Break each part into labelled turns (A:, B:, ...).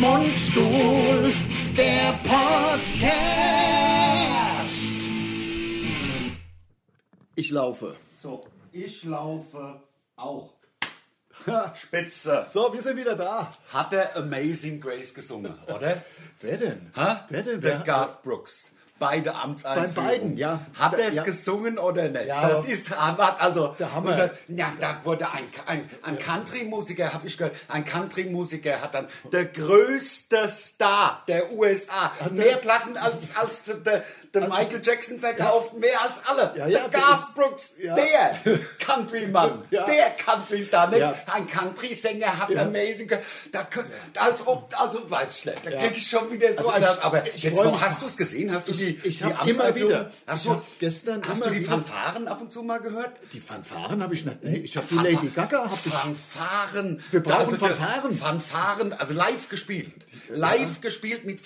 A: Mundstuhl, der Podcast.
B: Ich laufe.
C: So, ich laufe auch.
A: Spitze.
B: So, wir sind wieder da.
A: Hat der Amazing Grace gesungen, oder?
B: Wer denn?
A: Ha?
B: Wer denn?
A: Der
B: Wer?
A: Garth Brooks. Beide Amtseinführungen.
B: Bei beiden, ja.
A: Hat
B: Da-
A: er es
B: ja.
A: gesungen oder nicht?
B: Ja.
A: Das ist Harvard, also.
B: Der Hammer.
A: und dann- Ja, da wurde ein, ein, ein Country-Musiker, habe ich gehört, ein Country-Musiker hat dann der größte Star der USA. mehr Platten als, als der, der, der Michael Jackson verkauft, mehr als alle.
B: Also- Ja, ja,
A: der
B: der
A: Garth
B: ist-
A: Brooks,
B: ja.
A: der Country-Mann,
B: Ja.
A: der Country-Star, nicht?
B: Ja.
A: Ein Country-Sänger hat Amazing, Gra- da, kö- als ob, also weiß ich nicht, da
B: Ja.
A: krieg ich schon wieder so
B: Also
A: also,
B: ich-
A: aber
B: ich
A: jetzt,
B: freu
A: mal,
B: mich.
A: hast du es gesehen? Hast du die,
B: ich
A: die
B: hab immer
A: Amtsanführung?
B: wieder-
A: Hast
B: ich
A: du,
B: hab gestern
A: hast
B: immer
A: du die
B: wieder-
A: Fanfaren ab und zu mal gehört?
B: Die Fanfaren habe ich nicht. Nee, ich habe die
A: Fanfa-
B: Lady Gaga. Hab ich.
A: Fanfaren. Also
B: Wir brauchen
A: der-
B: Fanfaren.
A: Fanfaren, also live gespielt. Live gespielt mit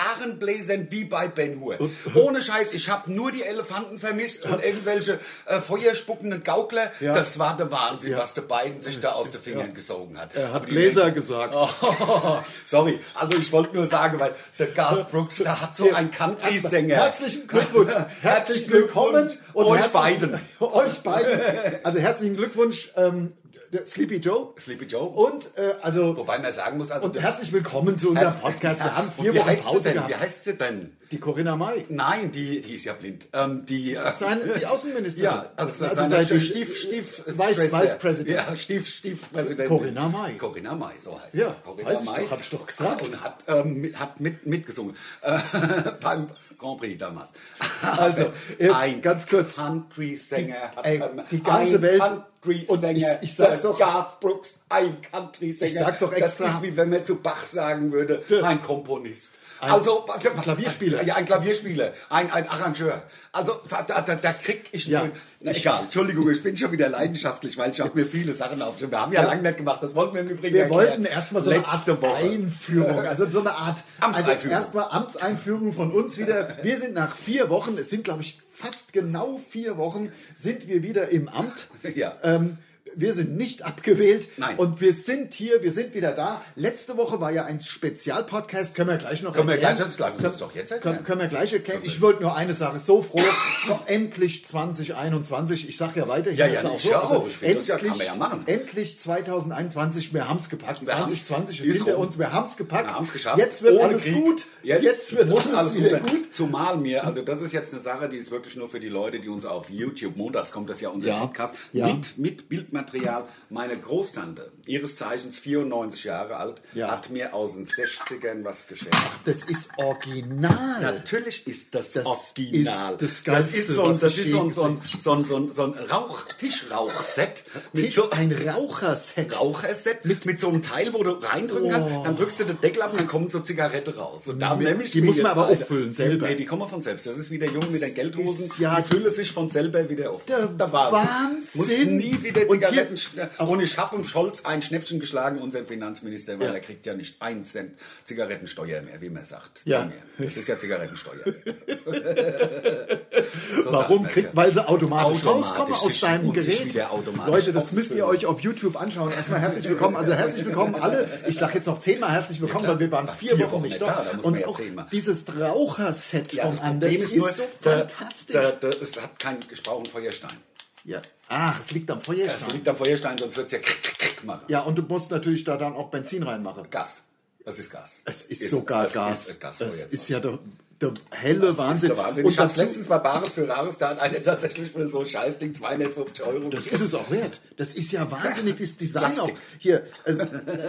A: Fanfarenbläsern wie bei Ben
B: Äh,
A: Hur. Ohne Scheiß, ich habe nur die Elefanten vermisst und irgendwelche äh, feuerspuckenden Gaukler.
B: Ja.
A: Das war der Wahnsinn, was der beiden sich da aus den Fingern gesogen hat.
B: Er hat
A: Aber die
B: Bläser gesagt.
A: Oh, sorry, also ich wollte nur sagen, weil der Garth Brooks, da hat so ein Country-Sänger.
B: Herzlichen Glückwunsch. Herzlichen Willkommen
A: und euch
B: herzlich-
A: beiden.
B: euch beiden. Also herzlichen Glückwunsch, ähm, der Sleepy Joe.
A: Sleepy Joe.
B: Und äh, also
A: Wobei man sagen muss, also
B: und herzlich willkommen zu unserem Podcast. Wir haben vier
A: wie
B: Wochen
A: heißt sie
B: Pause
A: denn? Wie
B: gehabt.
A: heißt sie denn?
B: Die Corinna May.
A: Nein, die, die ist ja blind. Ähm, die, äh,
B: Seine, die Außenministerin.
A: ja, also,
B: Also
A: seine
B: seit die-
A: Stief, Stief,
B: Vice-
A: Schwester.
B: Vicepräsident.
A: Ja, Stief, Stiefpräsident.
B: Corinna May.
A: Corinna May, so heißt
B: Ja,
A: sie. Corinna
B: weiß ich doch, hab ich doch gesagt.
A: Und hat, ähm, mit- hat mit, mitgesungen. Äh, beim Grand Prix damals. Also,
B: äh, ganz kurz.
A: Country-Sänger hat ähm,
B: ey, die ganze
A: ein
B: Welt-
A: Country-Sänger.
B: und ich- ich sag's
A: der
B: auch-
A: Garth Brooks, ein Country-Sänger.
B: Ich sag's auch extra.
A: Das ist wie wenn man zu Bach sagen würde, ein Komponist.
B: Ein
A: also
B: Klavierspieler.
A: ja, ein Klavierspieler, ein, ein Arrangeur. Also da, da, da krieg ich
B: Ja.
A: Na, egal, Entschuldigung, ich bin schon wieder leidenschaftlich, weil ich habe mir viele Sachen aufgeschrieben. Wir haben ja,
B: Ja.
A: lange nicht gemacht, das wollten wir im Übrigen
B: Wir
A: erklären.
B: wollten erstmal so eine
A: Letzte
B: Art
A: Woche.
B: Einführung, also so eine Art
A: Amtseinführung.
B: Also erstmal Amtseinführung von uns wieder. Wir sind nach vier Wochen, es sind glaube ich fast genau vier Wochen, sind wir wieder im Amt.
A: Ja.
B: Ähm, wir sind nicht abgewählt
A: Nein.
B: und wir sind hier, wir sind wieder da. Letzte Woche war ja ein Spezialpodcast, können wir gleich noch
A: Können wir
B: erklären.
A: gleich- lassen wir uns
B: Können-
A: doch jetzt erklären.
B: Können, können wir gleich erklären. Ich wollte nur eine Sache, so froh, doch endlich 2021, ich sage ja weiterhin,
A: Ja, ja,
B: ist
A: ich auch. Ich finde, das ja, kann man ja machen.
B: also Endlich 2021, wir haben es gepackt.
A: Wir haben's.
B: 2020
A: Ist
B: ist hinter
A: rum.
B: uns, wir haben es gepackt.
A: Wir haben's geschafft.
B: Jetzt wird
A: Ohne
B: alles
A: Krieg.
B: gut.
A: Jetzt,
B: wird
A: muss
B: alles,
A: alles gut
B: wieder
A: werden.
B: gut.
A: Zumal mir, also das ist jetzt eine Sache, die ist wirklich nur für die Leute, die uns auf YouTube, montags kommt das ja unser
B: Ja.
A: Podcast,
B: Ja.
A: Mit, mit Bildmaterial. Meine Großtante, ihres Zeichens 94 Jahre alt,
B: Ja.
A: hat mir aus den 60ern was geschenkt.
B: Das ist original.
A: Natürlich ist das,
B: Das
A: Original.
B: ist das Geilste,
A: das ist so ein,
B: was
A: das
B: ich
A: ist
B: je
A: so ein, so ein, so ein, so ein, so ein Rauch, Tischrauchset. Mit
B: Tisch-
A: so
B: ein Raucherset.
A: Raucherset mit, mit so einem Teil, wo du reindrücken kannst, dann drückst du den Deckel ab und dann kommt so Zigarette raus. Und da
B: Mit-
A: nehme ich
B: Oh. die
A: mir
B: muss man
A: jetzt
B: aber
A: eine.
B: auffüllen selber.
A: Nee, die kommen von selbst. Das ist wie der Junge mit den Geldhosen.
B: ist ja
A: die fülle sich von selber wieder auf.
B: Der Wahnsinn.
A: Muss nie wieder
B: Und hier-
A: Zigaretten. Und, und ich habe um Scholz ein Schnäppchen geschlagen, unseren Finanzminister, weil
B: Ja.
A: er kriegt ja nicht einen Cent Zigarettensteuer mehr, wie man sagt.
B: Ja.
A: Mehr. Das ist ja Zigarettensteuer. So sagt
B: Warum
A: man's
B: kriegt,
A: ja.
B: weil sie automatisch,
A: Automatisch
B: rauskommen aus
A: sich-
B: deinem
A: und sich
B: Gerät.
A: wieder automatisch
B: Leute, das müsst
A: auffüllen.
B: ihr euch auf YouTube anschauen. Erstmal herzlich willkommen, also herzlich willkommen alle. Ich sage jetzt noch zehnmal herzlich willkommen,
A: Ja, klar.
B: weil wir waren
A: War
B: vier,
A: vier
B: Wochen
A: Wochen
B: nicht
A: nicht
B: da.
A: da, da muss man
B: Und
A: ja
B: auch
A: zehnmal.
B: dieses Raucherset
A: Ja,
B: vom
A: das
B: Anders
A: Problem
B: ist,
A: ist, nur,
B: so
A: der-
B: fantastisch.
A: Der, der, es hat keinen gesprochenen Feuerstein.
B: ja. Ach, es liegt am
A: Es
B: Feuerstein.
A: liegt am Feuerstein, sonst wird es ja krick, krick, krick machen.
B: Ja, und du musst natürlich da dann auch Benzin reinmachen.
A: Gas. Das ist Gas.
B: Es ist, sogar
A: das
B: Gas.
A: Ist Gas
B: das ist ja der, der helle Wahnsinn.
A: Wahnsinn. Der Wahnsinn.
B: Und
A: ich habe
B: dazu-
A: letztens mal Bares für Rares, da hat einer tatsächlich für so ein Scheißding 250 Euro.
B: das ist es auch wert. Das ist ja wahnsinnig, das Design auch.
A: Plastik.
B: Hier, also,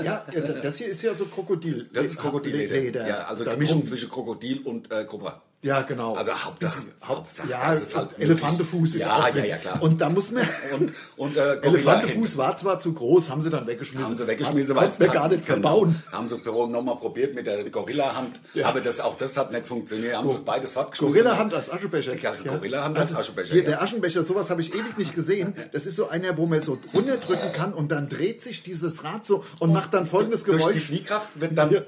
B: ja, das hier ist ja so Krokodil.
A: das ist Krokodilleder.
B: Leder.
A: Ja, also
B: Da
A: die Mischung
B: drum.
A: zwischen Krokodil und äh, Cobra.
B: Ja, genau.
A: Also Hauptsache,
B: Das-
A: Hauptsache,
B: ja,
A: das ist halt
B: Elefantefuß ist
A: möglich. Ja,
B: auch
A: ja,
B: drin.
A: ja, klar.
B: Und da muss man...
A: Und, und äh, Gorilla hinten.
B: Elefantefuß war zwar zu groß, haben sie dann weggeschmissen.
A: Haben sie weggeschmissen,
B: weil
A: es
B: wir gar
A: hat-
B: nicht
A: genau.
B: verbauen.
A: Haben sie nochmal probiert mit der Gorilla-Hand, aber das, auch das hat nicht funktioniert. Haben sie beides fortgeschmissen.
B: Gorilla-Hand als Aschenbecher. Also,
A: Ja, Gorilla-Hand als Aschenbecher,
B: Hier,
A: ja.
B: Der Aschenbecher, sowas habe ich ewig nicht gesehen. Das ist so einer, wo man so runterdrücken kann und dann dreht sich dieses Rad so und macht dann folgendes
A: Durch die
B: Geräusch.
A: Fliehkraft wird dann...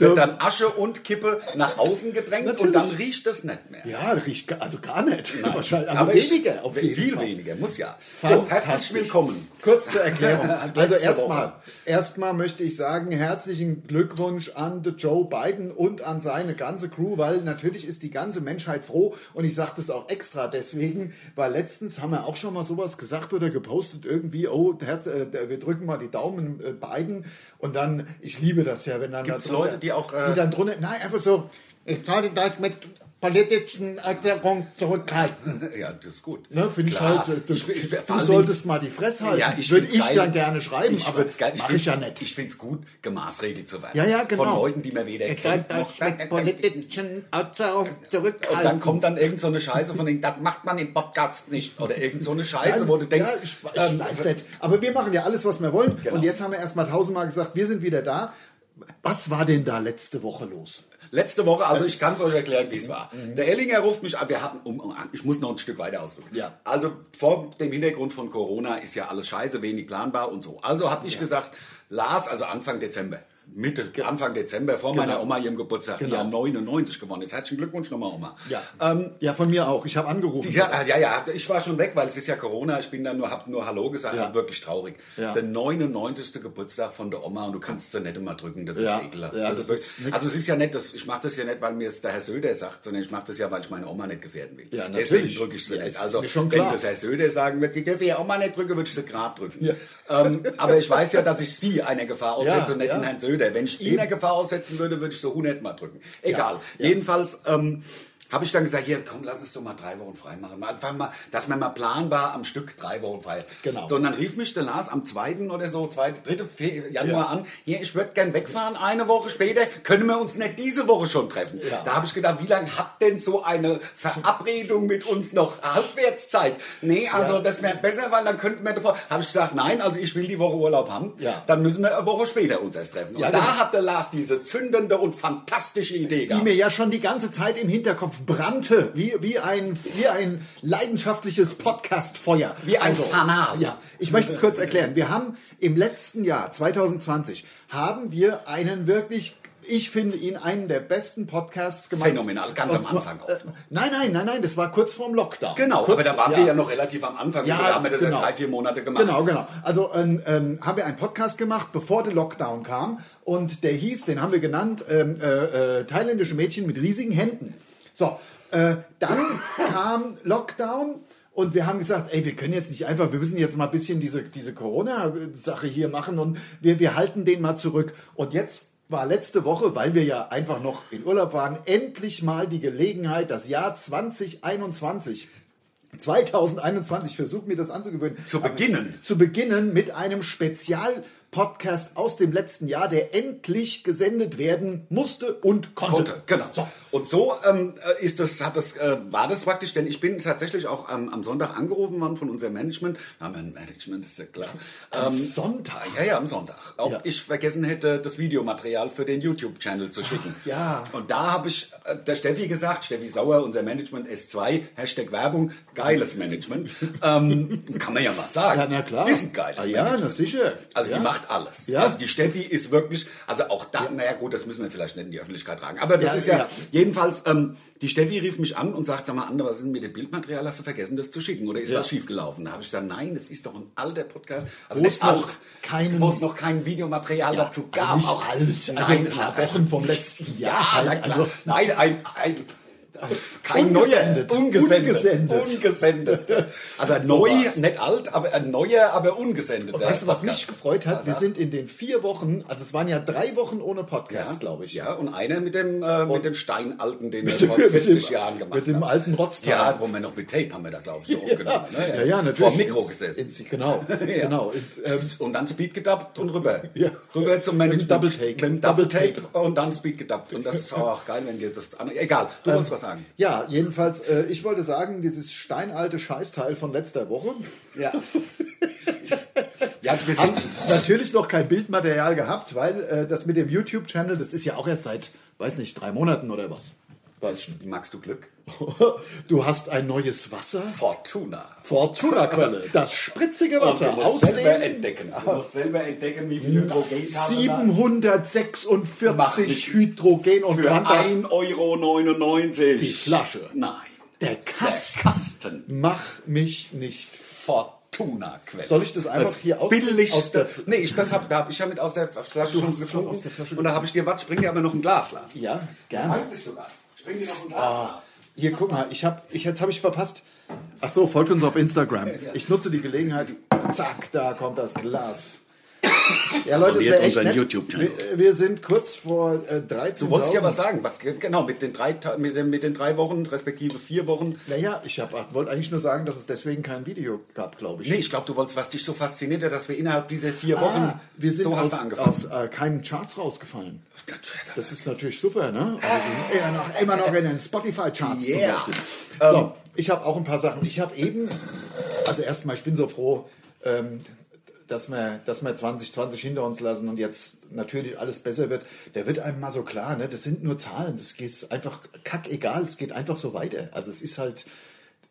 A: Wird dann Asche und Kippe nach außen gedrängt und
B: Natürlich.
A: dann riecht das nicht mehr.
B: Ja, riecht gar- also gar nicht. Wahrscheinlich. Also
A: Aber
B: weniger
A: ich,
B: auf
A: viel
B: jeden Fall.
A: weniger, muss ja. So,
B: Fantastisch.
A: herzlich willkommen.
B: Kurz zur Erklärung. Also
A: Letzte
B: erstmal, erstmal möchte ich sagen, herzlichen Glückwunsch an den Joe Biden und an seine ganze Crew, weil natürlich ist die ganze Menschheit froh und ich sage das auch extra deswegen, weil letztens haben wir auch schon mal sowas gesagt oder gepostet irgendwie, oh, Herz, äh, wir drücken mal die Daumen äh, Biden und dann, ich liebe das ja, wenn dann
A: Gibt's
B: da drunter-
A: Leute, die auch, äh,
B: die dann drunter, nein, einfach so, ich werde gleich mit politischen Erklärungen zurückhalten.
A: Ja, das ist gut.
B: Ne, finde ich
A: Klar.
B: halt, äh, das,
A: Ich- ich- vor
B: du
A: allen
B: solltest mal die Fresse halten.
A: Ja, ich
B: Würde
A: find's
B: ich
A: geil.
B: dann gerne schreiben,
A: ich
B: aber
A: find's geil. Ich
B: mach
A: find's,
B: ich ja nicht.
A: Ich finde es gut, gemaßregelt zu werden.
B: Ja, ja, genau.
A: Von Leuten, die man weder kennt noch
B: politischen
A: Und Äh, dann
B: zurückhalten.
A: kommt dann irgend so eine Scheiße von denen, das macht man im Podcast nicht. Oder irgend so eine Scheiße, wo du denkst,
B: ja, ich, ich
A: ähm,
B: weiß nicht. Aber wir machen ja alles, was wir wollen.
A: Genau.
B: Und jetzt haben wir erst mal tausendmal gesagt, wir sind wieder da. Was war denn da letzte Woche los?
A: Letzte Woche, also ich kann es euch erklären, wie
B: Mhm.
A: es war. Der Ellinger ruft mich an, wir hatten, um, um, ich muss noch ein Stück weiter aussuchen.
B: Ja.
A: Also vor dem Hintergrund von Corona ist ja alles scheiße, wenig planbar und so. Also habe ich gesagt, Lars, also Anfang Dezember, Mitte, Anfang Dezember, vor
B: Genau.
A: meiner Oma ihrem Geburtstag, die ja 99 geworden ist. Herzlichen Glückwunsch nochmal, Oma. Ähm,
B: ja, von mir auch. Ich habe angerufen.
A: ja, ah, ja, ja, ich war schon weg, weil es ist ja Corona. Ich bin dann nur, hab nur Hallo gesagt,
B: Ja.
A: und wirklich traurig.
B: Ja.
A: Der 99. Geburtstag von der Oma und du kannst sie nicht immer drücken, das
B: Ja.
A: ist ekelhaft.
B: Ja,
A: das
B: das ist
A: ist, wirklich-
B: nix.
A: also es ist ja nicht, das, ich mache das ja nicht, weil mir es der Herr Söder sagt, sondern ich mache das ja, weil ich meine Oma nicht gefährden will.
B: Ja,
A: Deswegen
B: natürlich.
A: drücke ich sie
B: Ja,
A: nicht.
B: ist
A: Also
B: mir schon
A: wenn
B: klar.
A: das Herr Söder sagen würde, sie dürfen ihre Oma nicht drücken, würde ich sie gerade drücken. Ähm, aber ich weiß ja, dass ich sie einer Gefahr aussetze
B: Ja,
A: und nicht
B: ja.
A: den Herrn Söder. Wenn ich ihn einer Gefahr aussetzen würde, würde ich so 100 Mal drücken. Egal.
B: Ja.
A: Jedenfalls ähm, habe ich dann gesagt, hier, komm, lass uns doch mal drei Wochen frei machen. Mal Einfach mal, dass man mal planbar am Stück drei Wochen frei.
B: Genau.
A: So, und dann rief mich der Lars am 2. oder so, 2., 3. Fe- Januar
B: Ja.
A: an, hier, ich würde gern wegfahren, eine Woche später, können wir uns nicht diese Woche schon treffen.
B: Ja.
A: Da habe ich gedacht, wie lange hat denn so eine Verabredung mit uns noch Halbwertszeit? Nee, also das wäre besser, weil dann könnten wir... Habe ich gesagt, nein, also ich will die Woche Urlaub haben,
B: Ja.
A: dann müssen wir eine Woche später uns erst treffen. Und
B: Ja,
A: da
B: genau.
A: hat der Lars diese zündende und fantastische Idee
B: die
A: gehabt.
B: mir ja schon die ganze Zeit im Hinterkopf brannte, wie, wie, ein, wie ein leidenschaftliches Podcast-Feuer. Also,
A: Wie ein Fanal.
B: Ja, ich möchte es kurz erklären. Wir haben im letzten Jahr, 2020, haben wir einen wirklich, ich finde ihn einen der besten Podcasts gemacht.
A: Phänomenal, ganz am
B: Und zwar-
A: Anfang auch.
B: Äh, nein, nein, nein, nein, das war kurz vorm Lockdown.
A: Genau,
B: kurz,
A: aber da waren wir ja noch relativ am Anfang.
B: Ja,
A: da haben wir das
B: genau.
A: erst drei, vier Monate gemacht.
B: Genau, genau. Also ähm, ähm, haben wir einen Podcast gemacht, bevor der Lockdown kam. Und der hieß, den haben wir genannt, ähm, äh, äh, thailändische Mädchen mit riesigen Händen. So, äh, dann kam Lockdown. Und wir haben gesagt, ey, wir können jetzt nicht einfach, wir müssen jetzt mal ein bisschen diese, diese Corona-Sache hier machen und wir, wir halten den mal zurück. Und jetzt war letzte Woche, weil wir ja einfach noch in Urlaub waren, endlich mal die Gelegenheit, das Jahr 2021 2021, ich versuche mir das anzugewöhnen.
A: Zu
B: Aber-
A: beginnen.
B: Zu beginnen mit einem Spezial-Podcast aus dem letzten Jahr, der endlich gesendet werden musste und konnte.
A: konnte. Genau. Und so ähm, äh, ist das, hat das, äh, war das praktisch, denn ich bin tatsächlich auch ähm, am Sonntag angerufen worden von unserem Management. Na, mein Management ist ja klar. Ähm,
B: Am Sonntag.
A: Ja, ja, am Sonntag. Ob
B: Ja.
A: ich vergessen hätte, das Videomaterial für den YouTube-Channel zu schicken.
B: ja.
A: Und da habe ich äh, der Steffi gesagt, Steffi Sauer, unser Management S2, Hashtag Werbung, geiles Management. ähm, kann man ja mal sagen.
B: Ja, na klar.
A: Ist ein geiles
B: ah, Ja,
A: Management.
B: na sicher.
A: Also
B: ja.
A: die macht alles.
B: Ja.
A: Also die Steffi ist wirklich, also auch da, naja gut, das müssen wir vielleicht nicht in die Öffentlichkeit tragen. Aber das
B: Ja,
A: ist ja,
B: ja.
A: jedenfalls, ähm, die Steffi rief mich an und sagt, sag mal, Ander, was ist denn mit dem Bildmaterial? Hast du vergessen, das zu schicken? Oder ist
B: Ja.
A: was schiefgelaufen? Da habe ich gesagt, nein, das ist doch ein alter Podcast. Also
B: Wo es
A: nicht alt,
B: noch keinen-
A: wo es noch kein Videomaterial
B: ja,
A: dazu
B: also
A: gab.
B: nicht
A: auch
B: alt. Also ein
A: nein,
B: paar Wochen vom letzten Jahr.
A: ja,
B: halt.
A: na klar.
B: Also,
A: nein, ein, ein kein
B: Ungesendet.
A: neuer, ungesendet,
B: Ungesendet.
A: Ungesendet. Also ein
B: So
A: neu,
B: war's.
A: nicht alt, aber ein neuer, aber ungesendet.
B: Und weißt du, was
A: Podcast.
B: mich gefreut hat? Wir
A: Ja.
B: sind in den vier Wochen, also es waren ja drei Wochen ohne Podcast,
A: Ja,
B: glaube ich.
A: Ja, und einer mit dem, äh, mit dem Steinalten, den wir
B: dem-
A: vor
B: mit
A: 40
B: dem-
A: Jahren gemacht
B: mit dem
A: haben.
B: alten Rotzteil.
A: Ja, wo wir noch mit Tape haben wir da, glaube ich, aufgenommen. ne?
B: ja, ja, natürlich.
A: Vor dem Mikro
B: Ins-
A: gesessen.
B: Ins, genau, genau. Ins, ähm,
A: und dann Speed gedubbt und rüber.
B: Ja.
A: Rüber zum
B: Mit dem
A: Management.
B: Double Take.
A: Mit dem Double
B: Double
A: Tape und dann Speed gedubbt. Und das ist auch geil, wenn wir das. an- Egal,
B: Ähm,
A: du wolltest was sagen.
B: Ja, jedenfalls, äh, ich wollte sagen, dieses steinalte Scheißteil von letzter Woche
A: Ja. ja, wir
B: hat
A: sind.
B: natürlich noch kein Bildmaterial gehabt, weil äh, das mit dem YouTube-Channel, das ist ja auch erst seit, weiß nicht, drei Monaten oder was.
A: Was? Magst du Glück?
B: Du hast ein neues Wasser?
A: Fortuna.
B: Fortuna-Quelle. Das spritzige
A: Und
B: Wasser
A: du musst
B: aus
A: selber
B: dem
A: entdecken. Du musst selber entdecken, wie viel Hydrogen haben
B: 746 Hydrogen und
A: wir da. Für
B: Quanta.
A: 1,99 Euro.
B: Die Flasche.
A: Nein.
B: Der Kasten.
A: Kasten.
B: Mach mich nicht.
A: Fortuna-Quelle.
B: Soll ich das einfach hier aus-
A: billigste,
B: aus der-
A: Nee, ich, das hab, da habe ich ja mit aus der Flasche
B: Du
A: schon
B: hast
A: getrunken.
B: aus der Flasche
A: und da habe ich dir, was, bring dir aber noch ein Glas, Lars.
B: Ja,
A: Das hält sich sogar. Ich bring dir noch ein Glas, Lars.
B: Hier, guck mal, ich hab, ich, jetzt habe ich verpasst. Ach so, folgt uns auf Instagram. Ich nutze die Gelegenheit. Zack, da kommt das Glas. Ja, Leute, es wäre
A: Abonniert
B: echt
A: unseren
B: nett.
A: YouTube-Channel.
B: Wir, wir sind kurz vor äh, 13.
A: Du wolltest ja was sagen, was genau mit den drei Ta- mit den, mit den drei Wochen respektive vier Wochen.
B: Naja, ich hab- wollte eigentlich nur sagen, dass es deswegen kein Video gab, glaube ich.
A: Nee, ich glaube, du wolltest, was dich so fasziniert hat, dass wir innerhalb dieser vier Wochen
B: Ah, wir sind
A: so
B: aus,
A: hast du angefangen.
B: aus äh, keinen Charts rausgefallen. Das ist natürlich super, ne? Also wir sind immer, noch, immer noch in den Spotify-Charts
A: Yeah.
B: zum Beispiel. So, ich habe auch ein paar Sachen. Ich habe eben, also erstmal, ich bin so froh, ähm, dass wir, dass wir 2020 hinter uns lassen und jetzt natürlich alles besser wird. Da wird einem mal so klar, ne? Das sind nur Zahlen. Das geht einfach kackegal. Es geht einfach so weiter. Also es ist halt,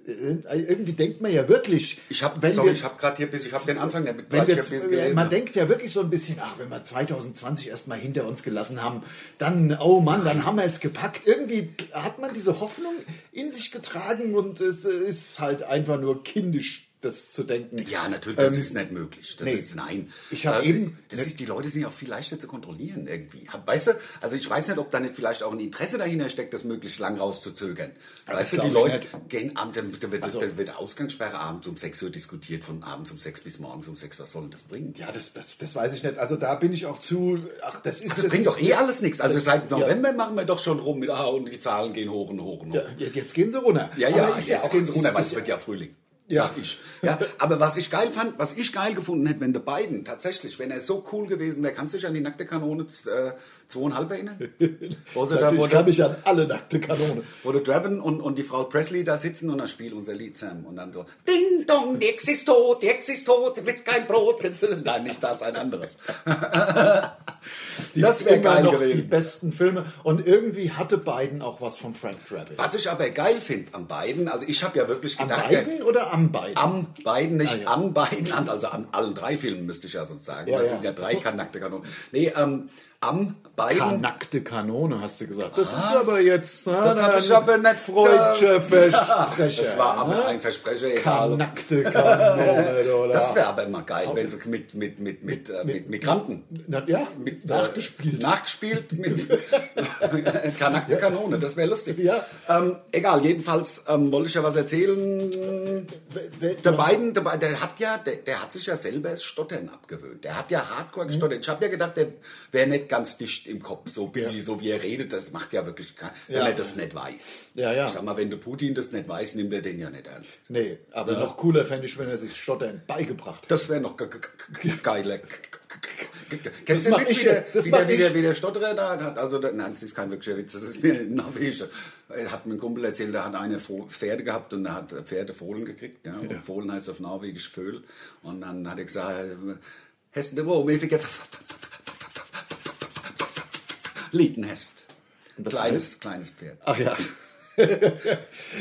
B: äh, irgendwie denkt man ja wirklich,
A: Ich habe
B: wenn
A: sorry,
B: wir-
A: ich habe gerade hier bis ich habe den Anfang der
B: wenn wir jetzt, äh,
A: ich hab bis gelesen.
B: man denkt ja wirklich so ein bisschen, ach, wenn wir 2020 erstmal hinter uns gelassen haben, dann, oh Mann, dann haben wir es gepackt. Irgendwie hat man diese Hoffnung in sich getragen und es ist halt einfach nur kindisch, das zu denken.
A: ja, natürlich, das ist nicht möglich. Das
B: Ähm, nee.
A: ist nein. Äh,
B: Ich hab eben-
A: das ist, die Leute sind ja auch viel leichter zu kontrollieren irgendwie. Hab- Weißt du, also ich weiß nicht, ob da nicht vielleicht auch ein Interesse dahinter steckt, das möglichst lang rauszuzögern. weißt du,
B: glaub
A: die
B: ich
A: Leute
B: nicht. Also
A: gehen abends, da wird, da wird Ausgangssperre abends um 6 Uhr diskutiert, von abends um 6 bis morgens um 6. Was soll denn das bringen?
B: Ja, das, das, das weiß ich nicht. Also da bin ich auch zu, ach, das ist...
A: Das,
B: ist,
A: bringt doch eh alles nichts. Also
B: das-
A: seit
B: ja.
A: November machen wir doch schon rum mit, ah, und die Zahlen gehen hoch und hoch und hoch.
B: Ja, Jetzt gehen sie runter.
A: Ja, ja,
B: Aber
A: jetzt
B: ist
A: ja
B: auch-
A: gehen sie runter,
B: ist-
A: weil
B: ist-
A: es wird ja Frühling.
B: Ja.
A: Sag ich. Ja, aber was ich geil fand, was ich geil gefunden hätte, wenn der Biden tatsächlich, wenn er so cool gewesen wäre, kannst du dich an die nackte Kanone äh, zweieinhalb erinnern? Wo sie da, wo,
B: Natürlich kann
A: der,
B: ich an alle nackte Kanone.
A: wo der Durbin und, und die Frau Presley da sitzen und dann spielt unser Lied zusammen und dann so Ding dong, die Ex ist tot, die Ex ist tot, sie frisst kein Brot. Nein, nicht das, ein anderes.
B: Die
A: Das wär
B: immer
A: geil
B: noch
A: gewesen.
B: Die besten Filme. Und irgendwie hatte Biden auch was von Frank Drabble.
A: Was ich aber geil finde an beiden, also ich habe ja wirklich
B: Am
A: gedacht, der-
B: Biden oder am Biden?
A: Am beiden, nicht
B: Ah, ja.
A: an beiden, an, also an allen drei Filmen müsste ich ja sonst sagen.
B: Ja,
A: das
B: ja.
A: sind ja drei kanackte Kanonen. Nee, ähm, am beiden.
B: Kanackte Kanone, hast du gesagt. Das ist aber jetzt. Na,
A: Das hab
B: dann
A: ich aber nicht,
B: Freudsche
A: ähm,
B: Versprecher.
A: das war
B: ne?
A: am ein Versprecher, egal.
B: Kanackte Kanone, oder?
A: Das wäre aber immer geil, wenn sie mit, mit, mit, mit, äh, mit Migranten
B: Na, ja,
A: mit, äh,
B: nachgespielt.
A: Nachgespielt mit kanackte Kanone, das wäre lustig.
B: Ja.
A: Ähm, egal, jedenfalls ähm, wollte ich ja was erzählen.
B: Wel-
A: Der Biden, der, Biden, der hat ja, der, der hat sich ja selber das Stottern abgewöhnt. Der hat ja hardcore
B: Mhm.
A: gestottert. Ich habe ja gedacht, der wäre nicht ganz dicht im Kopf, so, busy, so wie er redet. Das macht ja wirklich, kein- wenn
B: Ja.
A: er das nicht weiß.
B: Ja, ja.
A: Ich sag mal, wenn der Putin das nicht weiß, nimmt er den ja nicht ernst.
B: Nee, aber noch cooler fände ich, wenn er sich Stottern beigebracht hätte.
A: Das wäre noch ge- ge- ge- ge- geiler. Kennst du
B: mach
A: den Witz,
B: ich
A: wie der,
B: ja. Das
A: wie, der,
B: mach
A: wie, der,
B: ich.
A: wie der Stotterer da hat? Also, der, nein, das ist kein wirklicher Witz, das ist mir ein norwegischer. Er Hat mir ein Kumpel erzählt, da hat eine Fro- Pferde gehabt und er hat Pferde Fohlen gekriegt. Ja? Und Fohlen heißt auf Norwegisch Föhl. Und dann hat er gesagt, Hesten de Wo, Mäfiger, Lietenhest. Ein
B: das
A: kleines, kleines Pferd.
B: Ach ja.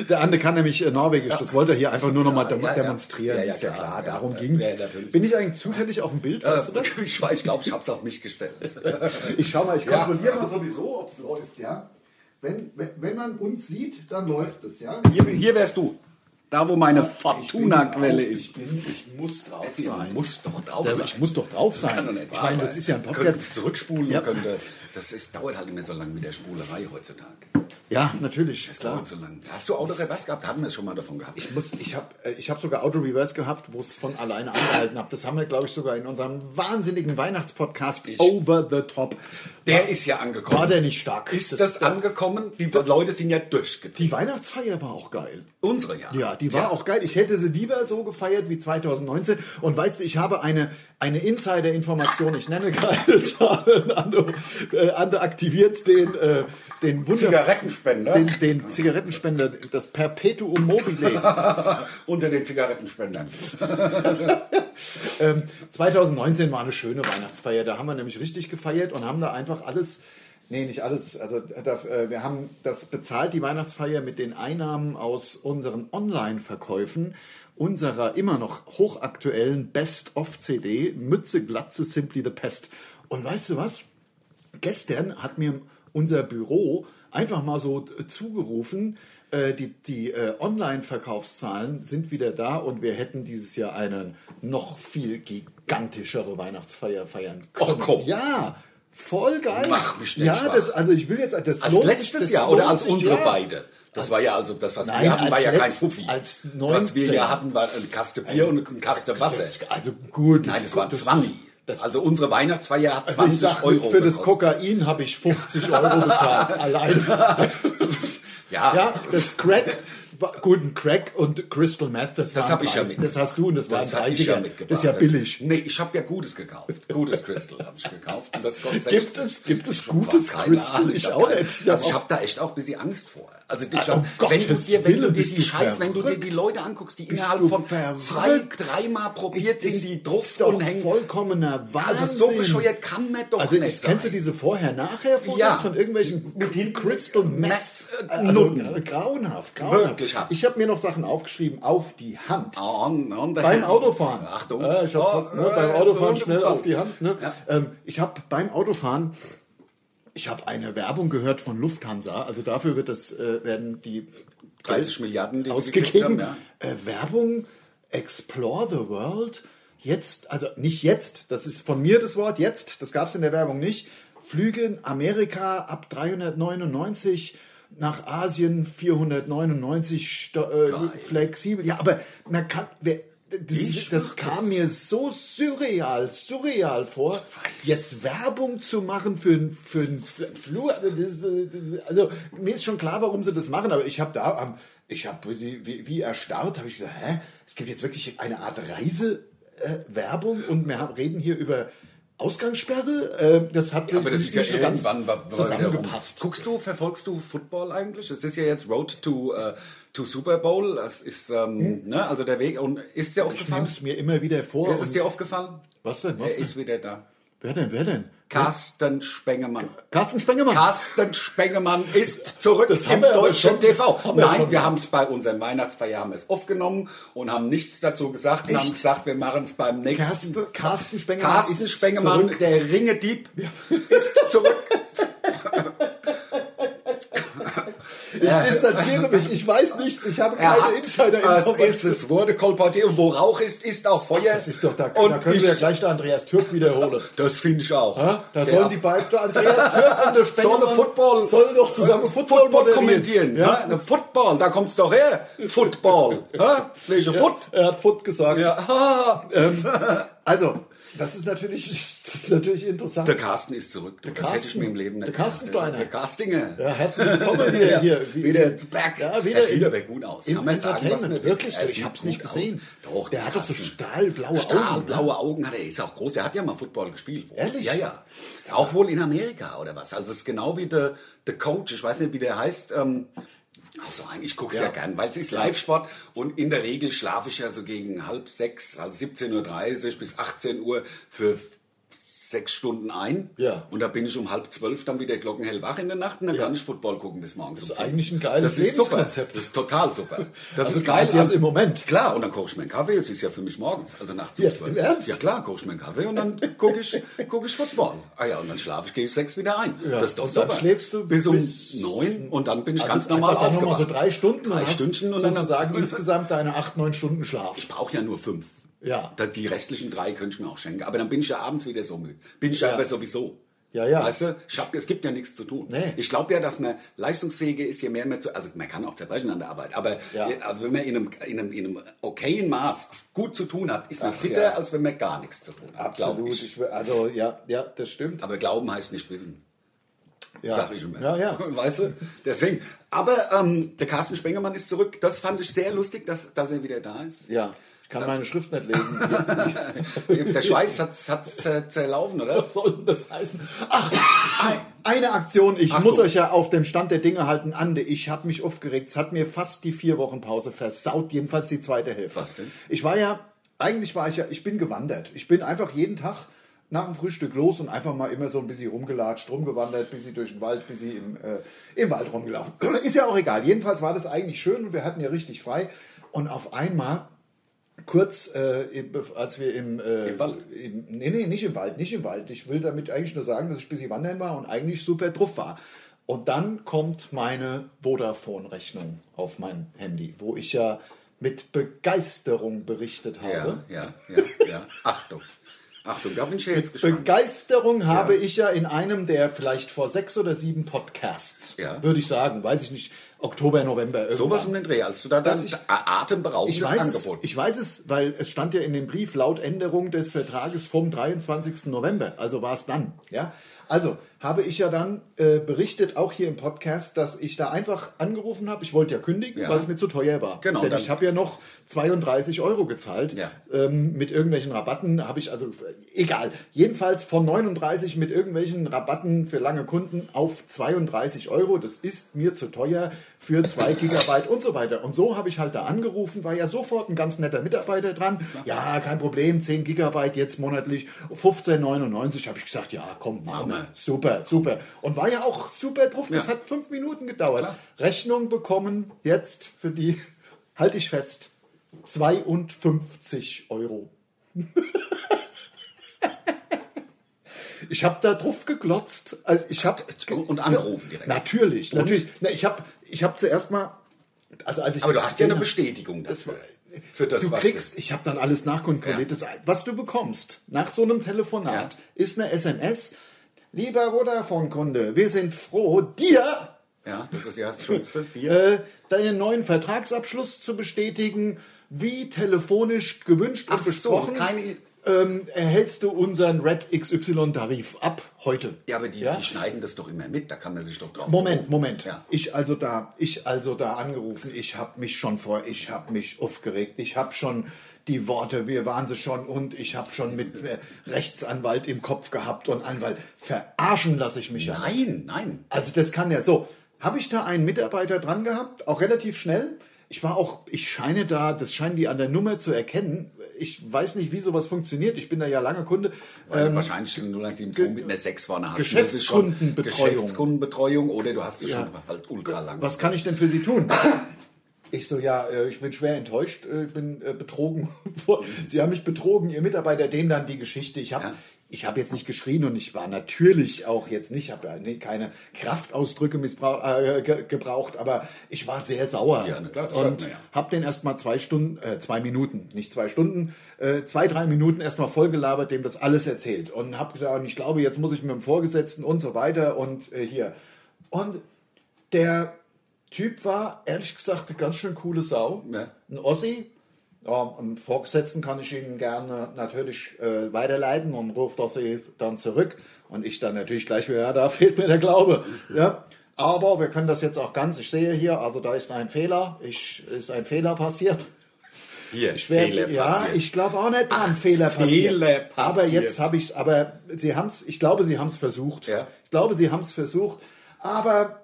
B: der Ande kann nämlich äh, Norwegisch, das wollte er hier einfach nur nochmal
A: ja, ja.
B: demonstrieren.
A: Ja, ja,
B: ist ja Äh,
A: klar,
B: klar,
A: ja.
B: darum
A: Ja,
B: ging es.
A: ja, natürlich.
B: Bin ich eigentlich zufällig auf dem Bild? Weißt du das?
A: Äh, Ich weiß, ich glaube, ich habe es auf mich gestellt.
B: Ich schau mal, ich
A: Ja.
B: kontrolliere mal Also sowieso, ob es läuft, ja. Wenn, wenn wenn man uns sieht, dann läuft es, ja.
A: Hier, hier wärst du. Da, wo meine
B: Ich bin
A: Fortuna-Quelle
B: drauf,
A: ist.
B: Ich, bin, ich muss drauf
A: Man
B: sein.
A: muss doch drauf
B: Also
A: sein.
B: ich muss doch drauf
A: Kann
B: sein.
A: doch nicht
B: Ich
A: wahr
B: meine,
A: sein.
B: das ist ja ein
A: Wir
B: Podcast.
A: Könnten es zurückspulen,
B: Ja.
A: könnte. Das ist, dauert halt nicht mehr so lange mit der Spulerei heutzutage.
B: Ja, natürlich.
A: Das
B: Klar.
A: dauert so lange. Hast du Autoreverse gehabt? Hatten wir es schon mal davon gehabt?
B: Ich, muss- ich habe ich hab sogar Auto-Reverse gehabt, wo es von alleine angehalten hat. Das haben wir, glaube ich, sogar in unserem wahnsinnigen Weihnachtspodcast
A: Oh.
B: Over the Top.
A: der ist ja angekommen.
B: War der nicht stark?
A: ist das, angekommen? Die Leute sind ja durchgetrieben.
B: die Weihnachtsfeier war auch geil.
A: Unsere ja.
B: Ja, die war auch geil. Ich hätte sie lieber so gefeiert wie 2019. Und weißt du, ich habe eine, eine Insider-Information, ich nenne keine Zahlen, Ando, äh, Ando aktiviert den, äh, den Wunder...
A: Zigarettenspender.
B: Den, den Zigarettenspender, das Perpetuum mobile.
A: unter den Zigarettenspendern.
B: Ähm, 2019 war eine schöne Weihnachtsfeier. Da haben wir nämlich richtig gefeiert und haben da einfach alles Nee, nicht alles. Also da, äh, wir haben das bezahlt, die Weihnachtsfeier mit den Einnahmen aus unseren Online-Verkäufen unserer immer noch hochaktuellen Best-of-CD Mütze Glatze Simply the Pest. Und weißt du was? Gestern hat mir unser Büro einfach mal so äh, zugerufen, äh, die, die äh, Online-Verkaufszahlen sind wieder da und wir hätten dieses Jahr eine noch viel gigantischere Weihnachtsfeier feiern können.
A: Och, komm.
B: Ja, voll geil.
A: Mach mich nicht
B: Ja,
A: schwach.
B: das, also ich will jetzt, das
A: Als
B: lohnt sich-
A: letztes
B: das
A: Jahr oder
B: lohnt
A: als
B: sich,
A: unsere
B: ja.
A: beide? Das war ja also das, was
B: nein,
A: wir hatten, war
B: als
A: ja kein
B: letzt-
A: Puffi.
B: als
A: was wir
B: 19.
A: ja hatten, war ein Kaste Bier und ein Kaste Wasser.
B: Das, also gut.
A: Nein, das waren
B: das-
A: 20.
B: Das,
A: also unsere Weihnachtsfeier hat
B: also
A: 20
B: ich sag,
A: Euro
B: für das
A: gekostet.
B: Kokain habe ich 50 Euro bezahlt, allein.
A: Ja.
B: ja, das Crack, war- guten Crack und Crystal Meth, das,
A: Das
B: war
A: hab ich ja mitgebracht.
B: Das hast du und das, war ein
A: Das hab ich
B: 30er.
A: ja mitgebracht.
B: das ist ja billig.
A: Nee, ich habe ja Gutes gekauft. Gutes Crystal habe ich gekauft. Und das kostet
B: Gibt
A: 16.
B: es- gibt es
A: Ich
B: gutes
A: hab keine
B: Crystal?
A: Ahnung,
B: Ich
A: hab
B: auch
A: keine-
B: nicht. Ich hab
A: also ich
B: auch-
A: habe da echt auch ein bisschen Angst vor. Also ich
B: Ah, um
A: hab, wenn, du
B: Gottes
A: dir, wenn du
B: Willen,
A: dir
B: bist
A: die
B: du
A: Scheiß, wenn du dir
B: verrückt?
A: die Leute anguckst, die
B: Bist
A: innerhalb
B: du
A: von zwei,
B: verrückt?
A: dreimal probiert sind,
B: Ist-
A: die
B: ist
A: drauf
B: doch
A: und hängen.
B: vollkommener Wahnsinn.
A: Also so bescheuert kann man doch
B: also,
A: nicht
B: ich-
A: sein.
B: Kennst du diese Vorher-Nachher-Fotos
A: Ja.
B: von irgendwelchen mit Crystal Meth?
A: Meth, äh,
B: also,
A: Nutten.
B: grauenhaft, grauenhaft.
A: Wirklich hart.
B: Ich habe mir noch Sachen aufgeschrieben auf die Hand.
A: On, on the
B: Beim
A: hand.
B: Autofahren.
A: Achtung.
B: Äh, ich hab's fast, ne,
A: äh,
B: beim Autofahren
A: äh,
B: schnell
A: oh.
B: auf die Hand. Ne?
A: Ja.
B: Ähm, ich habe beim Autofahren, ich habe eine Werbung gehört von Lufthansa. Also dafür wird das, äh, werden die
A: 30 Milliarden, die sie gekriegt
B: ausgegeben.
A: haben, ja.
B: äh, Werbung, Explore the World. Jetzt, also nicht jetzt, das ist von mir das Wort jetzt, das gab es in der Werbung nicht. Flüge in Amerika ab 399, nach Asien 499, sta- äh, flexibel. Ja, aber man kann, wer, das,
A: Ich
B: das
A: mach
B: kam mir so surreal, surreal vor,
A: weiß.
B: jetzt Werbung zu machen für einen für einen F- Flur. Also, das, das, also mir ist schon klar, warum sie das machen, aber ich habe da, am- ich habe sie wie, wie erstarrt, habe ich gesagt, hä, es gibt jetzt wirklich eine Art Reisewerbung äh, Werbung und wir haben, reden hier über Ausgangssperre. Äh, das hat
A: Aber das
B: nicht
A: ist ja
B: so ganz
A: irgendwann wa- wa-
B: zusammengepasst.
A: wieder rum. Guckst du, verfolgst du Football eigentlich? Es ist ja jetzt Road to, äh, to Super Bowl. Das ist ähm, ne, also der Weg. Und ist dir
B: Hm? Ich
A: aufgefallen?
B: nehme es mir immer wieder vor.
A: Ist es
B: und-
A: dir aufgefallen?
B: was denn? Was
A: Er
B: denn? Hm?
A: ist wieder da.
B: Wer denn? Wer denn?
A: Carsten Spengemann.
B: Carsten Spengemann.
A: Carsten Spengemann ist zurück
B: Hm. Das haben
A: im
B: wir aber
A: deutschen
B: schon- haben wir
A: TV.
B: schon
A: Nein, wir
B: gemacht.
A: haben es bei unserem Weihnachtsfeier haben wir es aufgenommen und haben nichts dazu gesagt. Wir
B: Echt?
A: haben gesagt, wir machen es beim nächsten.
B: Carsten, Carsten Spengemann
A: Carsten
B: ist
A: Spengemann,
B: zurück.
A: der Ringedieb, ist zurück.
B: Ich distanziere mich, ich weiß nichts, ich habe
A: Er
B: keine
A: hat, Ah,
B: Insider-Informationen.
A: Es ist, es wurde kolportiert und wo Rauch ist, ist auch Feuer.
B: Das ist doch, da,
A: und
B: da können
A: ich,
B: wir gleich den Andreas Türk wiederholen.
A: Das finde ich auch.
B: Ja, da
A: Ja.
B: sollen die beiden, der Andreas Türk und der Spengemann,
A: Sollen Football,
B: sollen doch zusammen Football,
A: Football
B: moderieren.
A: kommentieren.
B: Ja.
A: Ja. Football, da kommt's doch her. Football. ja? Welche Foot?
B: Er hat Foot gesagt.
A: ne? Ja.
B: Also, das ist natürlich, das ist natürlich interessant.
A: Der Carsten ist zurück. Du, das hätte ich
B: Carsten.
A: mir im Leben
B: Der Carsten
A: gedacht.
B: Steiner.
A: Der Carstinger.
B: ja, herzlich willkommen hier. hier wie-
A: wieder back.
B: Ja, wieder
A: er sieht
B: im-
A: aber gut aus.
B: Im
A: man sagen, was
B: Entertainment,
A: man will.
B: wirklich.
A: Er
B: Ich
A: sieht
B: hab's nicht
A: gut
B: gesehen.
A: Aus. Doch,
B: der hat doch so
A: Carsten.
B: stahlblaue Augen. ne?
A: Stahlblaue Augen hat er, ist auch groß. Der hat ja mal Football gespielt.
B: Ehrlich?
A: Ja, ja. Auch wohl in Amerika oder was. Also es ist genau wie der der Coach, ich weiß nicht, wie der heißt. Ähm, also eigentlich guck's ja.
B: Ja.
A: gern, weil es ist Live-Sport und in der Regel schlafe ich ja so gegen halb sechs, also 17.30 Uhr bis 18 Uhr für sechs Stunden ein.
B: Ja.
A: Und da bin ich um halb zwölf dann wieder glockenhell wach in der Nacht und dann kann ich Football gucken bis morgens um
B: ist
A: fünf.
B: eigentlich ein geiles
A: Das ist super. Das
B: Lebenskonzept.
A: ist total super. Das
B: Also
A: ist geil.
B: gerade jetzt im Moment.
A: Klar, und dann koche ich mir einen Kaffee. Es ist ja für mich morgens, also nachts. um
B: Jetzt
A: 12.
B: im Ernst?
A: Ja klar, koche ich mir einen Kaffee und dann gucke ich, guck ich Football. Ah ja, und dann schlafe ich, gehe ich sechs wieder ein.
B: Ja,
A: Das ist doch
B: und dann
A: super.
B: schläfst du
A: bis um
B: bis-
A: neun und dann bin ich
B: Also
A: ganz normal
B: einfach dann nochmal
A: aufgewacht.
B: so drei Stunden.
A: Drei
B: hast
A: Stündchen und dann-
B: sozusagen insgesamt deine acht, neun Stunden Schlaf.
A: Ich brauche ja nur fünf.
B: Ja.
A: Da- Die restlichen drei könnte ich mir auch schenken. Aber dann bin ich ja abends wieder so müde. Bin ich
B: Ja.
A: ja aber sowieso.
B: Ja, ja.
A: Weißt du, ich hab, es gibt ja nichts zu tun.
B: Nee.
A: Ich glaube ja, dass man leistungsfähiger ist, je mehr man zu. Also, man kann auch zerbrechen an der Arbeit. Aber
B: Ja.
A: äh, aber wenn man in einem, in, einem, in einem okayen Maß gut zu tun hat, ist man
B: Ach,
A: fitter,
B: ja.
A: als wenn man gar nichts zu tun hat. glaub
B: Absolut.
A: Ich.
B: Ich, will- also ja, ja, das stimmt.
A: Aber Glauben heißt nicht wissen.
B: Ja.
A: Sag ich immer.
B: Ja, ja.
A: Weißt du? Deswegen. Aber ähm, der Carsten Spengemann ist zurück. Das fand ich sehr lustig, dass, dass er wieder da ist.
B: Ja, ich kann meine Schrift nicht lesen.
A: Der Schweiß hat es zerlaufen, oder?
B: Was soll denn das heißen? Ach, ein- eine Aktion. Ich muss euch ja auf dem Stand der Dinge halten, Ande. Ich habe mich aufgeregt. Es hat mir fast die vier Wochen Pause versaut. Jedenfalls die zweite Hälfte.
A: Was denn?
B: Ich war ja, eigentlich war ich ja, ich bin gewandert. Ich bin einfach jeden Tag nach dem Frühstück los und einfach mal immer so ein bisschen rumgelatscht, rumgewandert, bis sie durch den Wald, bis sie im, äh, im Wald rumgelaufen. Ist ja auch egal. Jedenfalls war das eigentlich schön und wir hatten ja richtig frei. Und auf einmal kurz, äh, als wir im, äh,
A: Im Wald?
B: Im, nee, nee, nicht im Wald, nicht im Wald. Ich will damit eigentlich nur sagen, dass ich ein bisschen wandern war und eigentlich super drauf war. Und dann kommt meine Vodafone-Rechnung auf mein Handy, wo ich ja mit Begeisterung berichtet habe.
A: Ja, ja, ja, ja. Achtung. Achtung, da bin ich ja jetzt
B: Äh,
A: gespannt.
B: Begeisterung habe ich ja in einem der vielleicht vor sechs oder sieben Podcasts,
A: Ja.
B: würde ich sagen, weiß ich nicht, Oktober, November, irgendwann.
A: Sowas um den Dreh, als du da dann
B: Dass ich-
A: atemberaubendes
B: Ich weiß, es,
A: Angebot.
B: ich weiß es, weil es stand ja in dem Brief laut Änderung des Vertrages vom 23. November. Also war es dann. Ja? Also habe ich ja dann äh, berichtet, auch hier im Podcast, dass ich da einfach angerufen habe. Ich wollte ja kündigen,
A: Ja.
B: weil es mir zu teuer war.
A: Genau,
B: Denn
A: dann-
B: ich habe ja noch 32 Euro gezahlt.
A: Ja.
B: Ähm, mit irgendwelchen Rabatten habe ich also, egal. Jedenfalls von 39 mit irgendwelchen Rabatten für lange Kunden auf 32 Euro. Das ist mir zu teuer für 2 Gigabyte und so weiter. Und so habe ich halt da angerufen, war ja sofort ein ganz netter Mitarbeiter dran. Ja, kein Problem, 10 Gigabyte jetzt monatlich, 15,99 habe ich gesagt, ja, komm, machen wir.
A: Machen wir.
B: Super, super. Und war ja auch super drauf. Das
A: Ja.
B: hat fünf Minuten gedauert.
A: Klar.
B: Rechnung bekommen jetzt für die, halte ich fest, 52 Euro. Ich habe da drauf geglotzt. Also ich hab,
A: Und angerufen direkt.
B: Natürlich, natürlich. Na, ich habe ich hab zuerst mal. Also als ich
A: Aber
B: das
A: du hast ja
B: gesehen
A: eine
B: hab-
A: Bestätigung dafür. Für das,
B: du
A: was
B: kriegst, ich habe dann alles nachkontrolliert.
A: Ja.
B: Das, was du bekommst nach so einem Telefonat ist eine SMS. Lieber Vodafone-Kunde, wir sind froh, dir
A: Ja, das ist ja das Schönste. Dir.
B: äh, deinen neuen Vertragsabschluss zu bestätigen, wie telefonisch gewünscht
A: Ach
B: und
A: so,
B: besprochen.
A: keine-
B: ähm, erhältst du unseren Red XY-Tarif ab heute.
A: Ja, aber die, die schneiden das doch immer mit, da kann man sich doch drauf.
B: Moment, Moment.
A: Ja.
B: Ich also da, ich also da angerufen. Ich habe mich schon vor, ich habe mich aufgeregt. Ich habe schon die Worte, wir waren sie schon und ich habe schon mit äh, Rechtsanwalt im Kopf gehabt und Anwalt verarschen lasse ich mich ja.
A: Nein, nein.
B: Also das kann ja so. Habe ich da einen Mitarbeiter dran gehabt, auch relativ schnell. Ich war auch, ich scheine da, das scheinen die an der Nummer zu erkennen. Ich weiß nicht, wie sowas funktioniert. Ich bin da ja lange Kunde.
A: Weil
B: Ähm,
A: wahrscheinlich in 0172 mit einer 6 vorne hast du das ist schon
B: Geschäftskundenbetreuung.
A: Geschäftskundenbetreuung oder du hast es schon halt ultra lang.
B: Was kann ich denn für Sie tun? Ich so, ja, äh, ich bin schwer enttäuscht, äh, ich bin äh, betrogen. worden. Sie haben mich betrogen, Ihr Mitarbeiter, dem dann die Geschichte. Ich habe
A: Ja.
B: ich hab jetzt nicht geschrien und ich war natürlich auch jetzt nicht, habe ja nee, keine Kraftausdrücke missbrauch, äh, ge gebraucht, aber ich war sehr sauer.
A: Ja, na klar, das hört
B: und
A: man ja.
B: habe den erstmal zwei Stunden, äh, zwei Minuten, nicht zwei Stunden, äh, zwei, drei Minuten erstmal vollgelabert, dem das alles erzählt. Und habe gesagt, und ich glaube, jetzt muss ich mit dem Vorgesetzten und so weiter und äh, hier. Und der Typ war, ehrlich gesagt, eine ganz schön coole Sau.
A: Ja.
B: Ein Ossi. Ja, am Vorgesetzten kann ich Ihnen gerne natürlich äh, weiterleiten und ruft auch sie dann zurück. Und ich dann natürlich gleich wieder, ja, da fehlt mir der Glaube. Ja. Aber wir können das jetzt auch ganz, ich sehe hier, also da ist ein Fehler, ich, ist ein Fehler passiert.
A: Hier,
B: Ich werd- ja, ich glaube auch nicht dran, Fehler passiert.
A: Fehler
B: Aber
A: passiert.
B: jetzt habe ich es, aber sie haben es, ich glaube, sie haben es versucht.
A: Ja.
B: Ich glaube, sie haben es versucht. Aber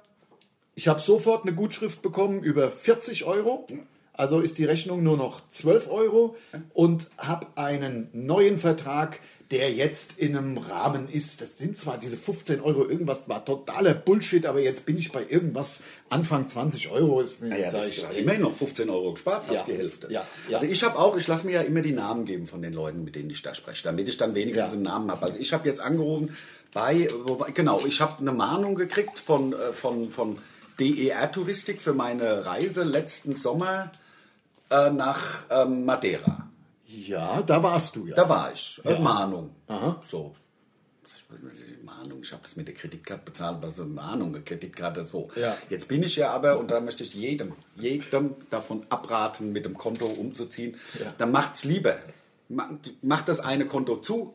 B: ich habe sofort eine Gutschrift bekommen über 40 Euro. Also ist die Rechnung nur noch 12 Euro und habe einen neuen Vertrag, der jetzt in einem Rahmen ist. Das sind zwar diese 15 Euro, irgendwas war totaler Bullshit, aber jetzt bin ich bei irgendwas Anfang 20 Euro. Ist mir
A: naja,
B: sag
A: Ah das
B: ich,
A: ist genau. immerhin noch 15 Euro gespart, fast
B: Ja.
A: die Hälfte.
B: Ja. Ja.
A: Also ich habe auch, ich lasse mir ja immer die Namen geben von den Leuten, mit denen ich da spreche, damit ich dann wenigstens
B: Ja.
A: einen Namen habe. Also ich habe jetzt angerufen bei, wobei, genau, ich habe eine Mahnung gekriegt von, äh, von, von DER Touristik für meine Reise letzten Sommer äh, nach ähm, Madeira.
B: ja, da warst du ja.
A: Da war ich. Äh, Mahnung. So. Ich weiß nicht, Mahnung, ich habe das mit der Kreditkarte bezahlt, was so eine Mahnung, eine Kreditkarte so.
B: Ja.
A: Jetzt bin ich ja aber, und da möchte ich jedem, jedem davon abraten, mit dem Konto umzuziehen. Dann macht's lieber. Ma- Macht das eine Konto zu,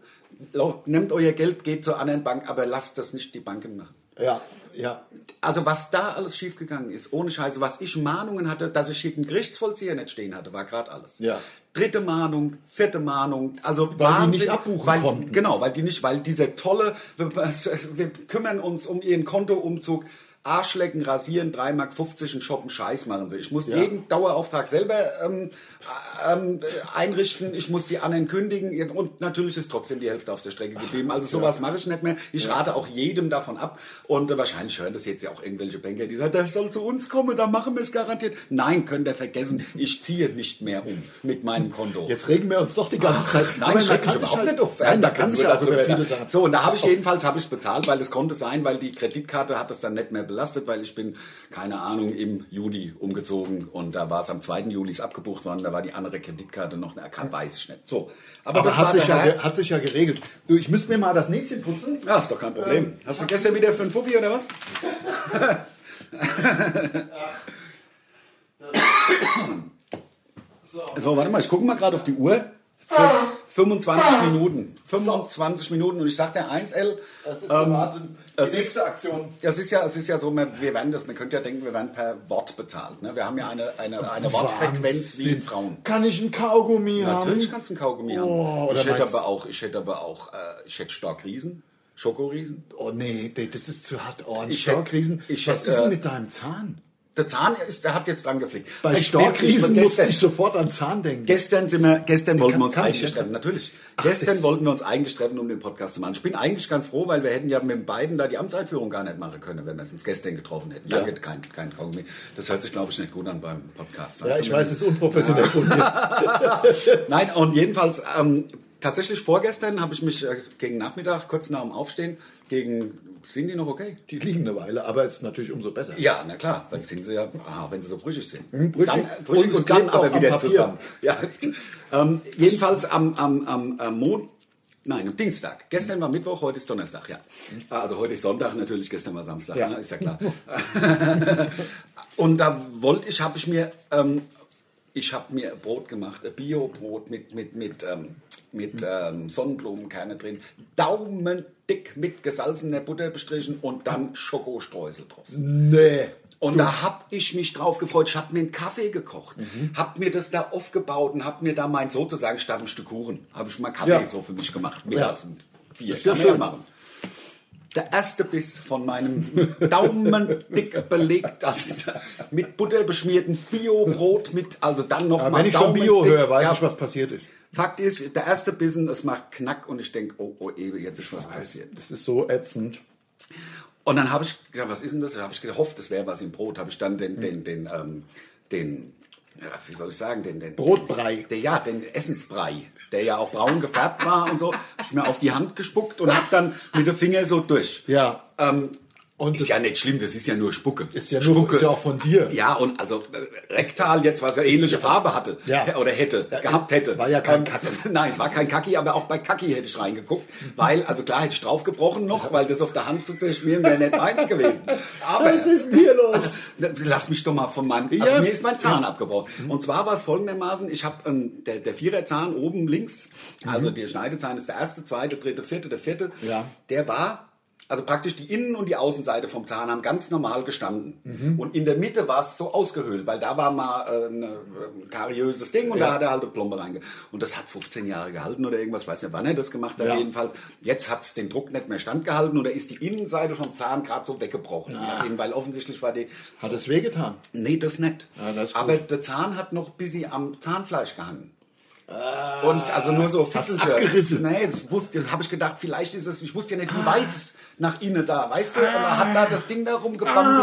A: lo- nehmt euer Geld, geht zur anderen Bank, aber lasst das nicht die Banken machen.
B: ja, ja.
A: Also was da alles schiefgegangen ist, ohne Scheiße, was ich Mahnungen hatte, dass ich hier einen Gerichtsvollzieher nicht stehen hatte, war gerade alles.
B: Ja.
A: Dritte Mahnung, vierte Mahnung, also
B: Weil die
A: Wahnsinn,
B: nicht abbuchen
A: weil,
B: konnten.
A: Genau, weil die nicht, weil diese tolle, wir, wir kümmern uns um ihren Kontoumzug. Arschlecken, rasieren, 3,50 Mark und shoppen, Scheiß machen sie. Ich muss jeden Dauerauftrag selber ähm, ähm, äh, einrichten, ich muss die anderen kündigen und natürlich ist trotzdem die Hälfte auf der Strecke geblieben. Also sowas mache ich nicht mehr. Ich rate auch jedem davon ab und äh, wahrscheinlich hören das jetzt ja auch irgendwelche Banker, die sagen, das soll zu uns kommen, da machen wir es garantiert. Nein, könnt ihr vergessen, ich ziehe nicht mehr um mit meinem Konto.
B: Jetzt regen wir uns doch die ganze Zeit.
A: Nein,
B: Aber
A: ich
B: man
A: schreck mich
B: kann sich
A: überhaupt
B: halt-
A: nicht auf.
B: Nein, man
A: Ich
B: kann
A: bin
B: sich
A: nur
B: auch über
A: darüber
B: viele
A: da.
B: Sachen.
A: halt So, und da habe ich jedenfalls habe ich bezahlt, weil es konnte sein, weil die Kreditkarte hat das dann nicht mehr belastet, weil ich bin, keine Ahnung, im Juli umgezogen und da war es am 2. Juli ist abgebucht worden, da war die andere Kreditkarte noch erkannt, weiß ich nicht. So, aber,
B: Aber
A: das
B: hat
A: war
B: sich, ja,
A: dabei.
B: ge- hat sich ja geregelt. Du, ich müsste mir mal das Näschen putzen.
A: ja, ist doch kein Problem. Hast du gestern wieder für einen Fuffi oder was? So, warte mal, ich gucke mal gerade auf die Uhr. Fün- 25 Minuten. 25 Minuten und ich sagte 1L.
C: Das ist
A: ähm,
C: Martin.
A: es
C: die nächste
A: ist-
C: Aktion.
A: Das ist ja, es ist ja so, man- wir werden das, man könnte ja denken, wir werden per Wort bezahlt. Ne? Wir haben ja eine, eine, eine Wortfrequenz wie
B: Wahnsinn.
A: Frauen.
B: Kann ich ein Kaugummi
A: Natürlich
B: haben?
A: kannst du einen Kaugummi
B: Oh,
A: haben.
B: oder
A: Ich hätte
B: meinst-
A: aber auch, ich hätte aber auch, äh, ich hätte Starkriesen, Schokoriesen.
B: Oh nee, nee, das ist zu hart. Oh, ein
A: Ich hätt-
B: Storkriesen.
A: ich
B: Was
A: hätt,
B: ist denn
A: äh,
B: mit deinem Zahn?
A: Der Zahn ist, der hat jetzt dran geflickt.
B: Bei
A: Ich bin- ich war
B: Storkriesen musste
A: gestern-
B: ich sofort an Zahn denken.
A: Gestern, sind wir, gestern wollten
B: kann-
A: wir uns
B: kann ich,
A: eigentlich
B: ja.
A: treffen, natürlich.
B: das-
A: gestern wollten wir uns eigentlich treffen, um den Podcast zu machen. Ich bin eigentlich ganz froh, weil wir hätten ja mit beiden da die Amtseinführung gar nicht machen können, wenn wir es uns gestern getroffen hätten. Danke, kein, kein Kaugummi. Das hört sich, glaube ich, nicht gut an beim Podcast.
B: ja,
A: Weißt
B: ich
A: du,
B: weiß,
A: wenn-
B: es ist unprofessionell von mir.
A: Nein, und jedenfalls, ähm, tatsächlich vorgestern habe ich mich äh, gegen Nachmittag, kurz nach dem Aufstehen, gegen, sind die noch okay?
B: Die liegen eine Weile, aber es ist natürlich umso besser.
A: Ja, na klar, weil sind sie ja, ah, wenn sie so brüchig sind.
B: brüchig.
A: Dann, äh, brüchig
B: Und-
A: und,
B: und
A: dann
B: klebt auch
A: aber
B: am
A: wieder
B: Papier.
A: zusammen. Ja. ähm, jedenfalls am, am, am, am Montag, nein, am Dienstag. Gestern war Mittwoch, heute ist Donnerstag, ja. Also heute ist Sonntag natürlich, gestern war Samstag,
B: Ja.
A: Ne? ist ja klar. und da wollte ich, habe ich mir, ähm, ich habe mir Brot gemacht, äh, Bio-Brot mit, mit, mit, ähm, mit ähm, Sonnenblumenkerne drin, daumendick mit gesalzener Butter bestrichen und dann Schokostreusel drauf.
B: Nee.
A: Und da hab ich mich drauf gefreut. Ich hab mir einen Kaffee gekocht,
B: Mhm.
A: hab mir das da aufgebaut und hab mir da mein sozusagen statt ein Stück Kuchen, hab ich mal Kaffee
B: Ja.
A: so für mich gemacht. Mittags
B: Ja.
A: um vier.
B: Ist ja
A: Kann man
B: schön.
A: machen. Der erste Biss von meinem daumendick belegt, also mit Butter beschmierten Bio-Brot mit, also dann noch
B: Aber
A: mal
B: wenn ich schon Bio
A: daumendick-
B: höre, weiß
A: Ja,
B: ich, was passiert ist.
A: Fakt ist, der erste Bissen, es macht Knack und ich denk, oh, oh, Ewe, jetzt ist was passiert.
B: Das ist so ätzend.
A: Und dann habe ich gedacht, was ist denn das? Da habe ich gehofft, es wäre was im Brot. Habe ich dann den, den, den, ähm, den, ja, wie soll ich sagen, den, den
B: Brotbrei.
A: Der, ja, den Essensbrei, der ja auch braun gefärbt war und so, habe ich mir auf die Hand gespuckt und habe dann mit dem Finger so durch.
B: Ja.
A: Ähm,
B: Und
A: ist ja nicht schlimm, das ist ja nur Spucke.
B: Ist ja nur- ist ja auch von dir.
A: Ja, und also äh, rektal jetzt, was ja ähnliche Farbe hatte
B: Ja.
A: oder hätte, gehabt hätte.
B: war ja kein
A: Ähm,
B: Kacke.
A: Nein, es war kein Kacki, aber auch bei Kacki hätte ich reingeguckt, weil, also klar hätte ich draufgebrochen noch, weil das auf der Hand zu zerschmieren wäre nicht meins gewesen. Aber
B: ist denn hier los?
A: lass mich doch mal von meinem, also
B: Ja.
A: mir ist mein Zahn abgebrochen. Und zwar war es folgendermaßen, ich habe, ähm, der, der Viererzahn oben links, also der Schneidezahn ist der erste, zweite, dritte, vierte, der vierte,
B: Mhm. Ja.
A: der war... Also praktisch die Innen- und die Außenseite vom Zahn haben ganz normal gestanden.
B: Mhm.
A: Und in der Mitte war es so ausgehöhlt, weil da war mal äh, ein äh, ein kariöses Ding und da hat er halt eine Plombe reinge. Und das hat 15 Jahre gehalten oder irgendwas, weiß nicht, wann er das gemacht hat.
B: Ja.
A: Jedenfalls, jetzt hat es den Druck nicht mehr standgehalten oder ist die Innenseite vom Zahn gerade so weggebrochen. Je nachdem, weil offensichtlich war die
B: Hat es wehgetan?
A: Nee, das nicht.
B: Ah, das ist gut.
A: Aber der Zahn hat noch ein bisschen am Zahnfleisch gehangen. Und also nur so
B: Ah. Hast
A: Fitzelchen.
B: abgerissen. Ah.
A: Nee, das, wusste- das habe ich gedacht, vielleicht ist es, ich wusste ja nicht, wie weit es nach innen da, weißt du? Und er hat da das Ding da rumgebambelt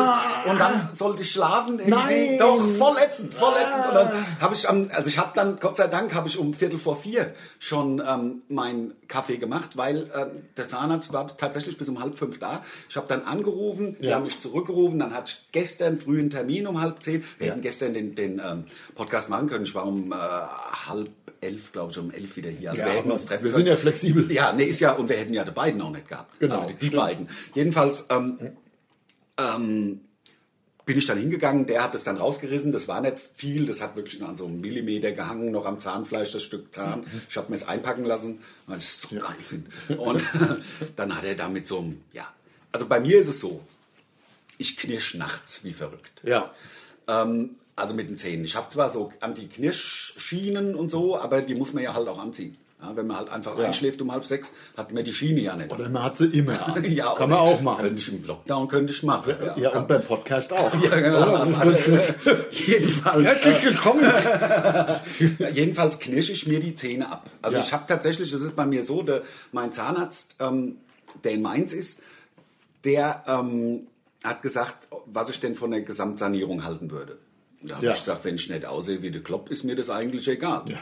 A: und dann sollte ich schlafen. Irgendwie.
B: Ah. Nein. Ah.
A: Doch, voll ätzend, voll ätzend. Und dann habe ich, am, also ich habe dann, Gott sei Dank, habe ich um Viertel vor vier schon ähm, meinen Kaffee gemacht, weil ähm, der Zahnarzt war tatsächlich bis um halb fünf da. Ich habe dann angerufen, die
B: Ja.
A: haben mich zurückgerufen, dann hatte ich gestern früh einen Termin um halb zehn. Wir hätten gestern den, den ähm, Podcast machen können. Ich war um äh, halb elf, glaube ich, um elf wieder hier. Also
B: Ja,
A: wir hätten
B: aber
A: uns treffen
B: wir
A: können.
B: sind ja flexibel.
A: Ja, nee, ist ja, und wir hätten ja die beiden auch nicht gehabt.
B: Genau,
A: Also die, die
B: stimmt.
A: beiden. Jedenfalls ähm, ähm, bin ich dann hingegangen, der hat es dann rausgerissen, das war nicht viel, das hat wirklich nur an so einem Millimeter gehangen, noch am Zahnfleisch, das Stück Zahn. Ich habe mir es einpacken lassen, weil ich es so geil finde. Und dann hat er damit so einem, ja, also bei mir ist es so, ich knirsch nachts wie verrückt.
B: Ja.
A: Ähm, also mit den Zähnen. Ich habe zwar so Anti-Knirsch-Schienen und so, aber die muss man ja halt auch anziehen. Ja, wenn man halt einfach einschläft um halb sechs, hat man die Schiene ja nicht.
B: Oder man hat sie immer an.
A: Ja,
B: Kann
A: oder
B: man auch machen.
A: Könnte ich im Lockdown, könnte ich machen. Ja,
D: und beim Podcast auch.
A: Ja, genau. Äh, jedenfalls,
D: Herzlich willkommen.
A: jedenfalls knirsche ich mir die Zähne ab. Also ich habe tatsächlich, das ist bei mir so, der, mein Zahnarzt, ähm, der in Mainz ist, der ähm, hat gesagt, was ich denn von der Gesamtsanierung halten würde. Da habe
D: Ja.
A: ich gesagt, wenn ich nicht aussehe wie der Klopp, ist mir das eigentlich egal. Ja,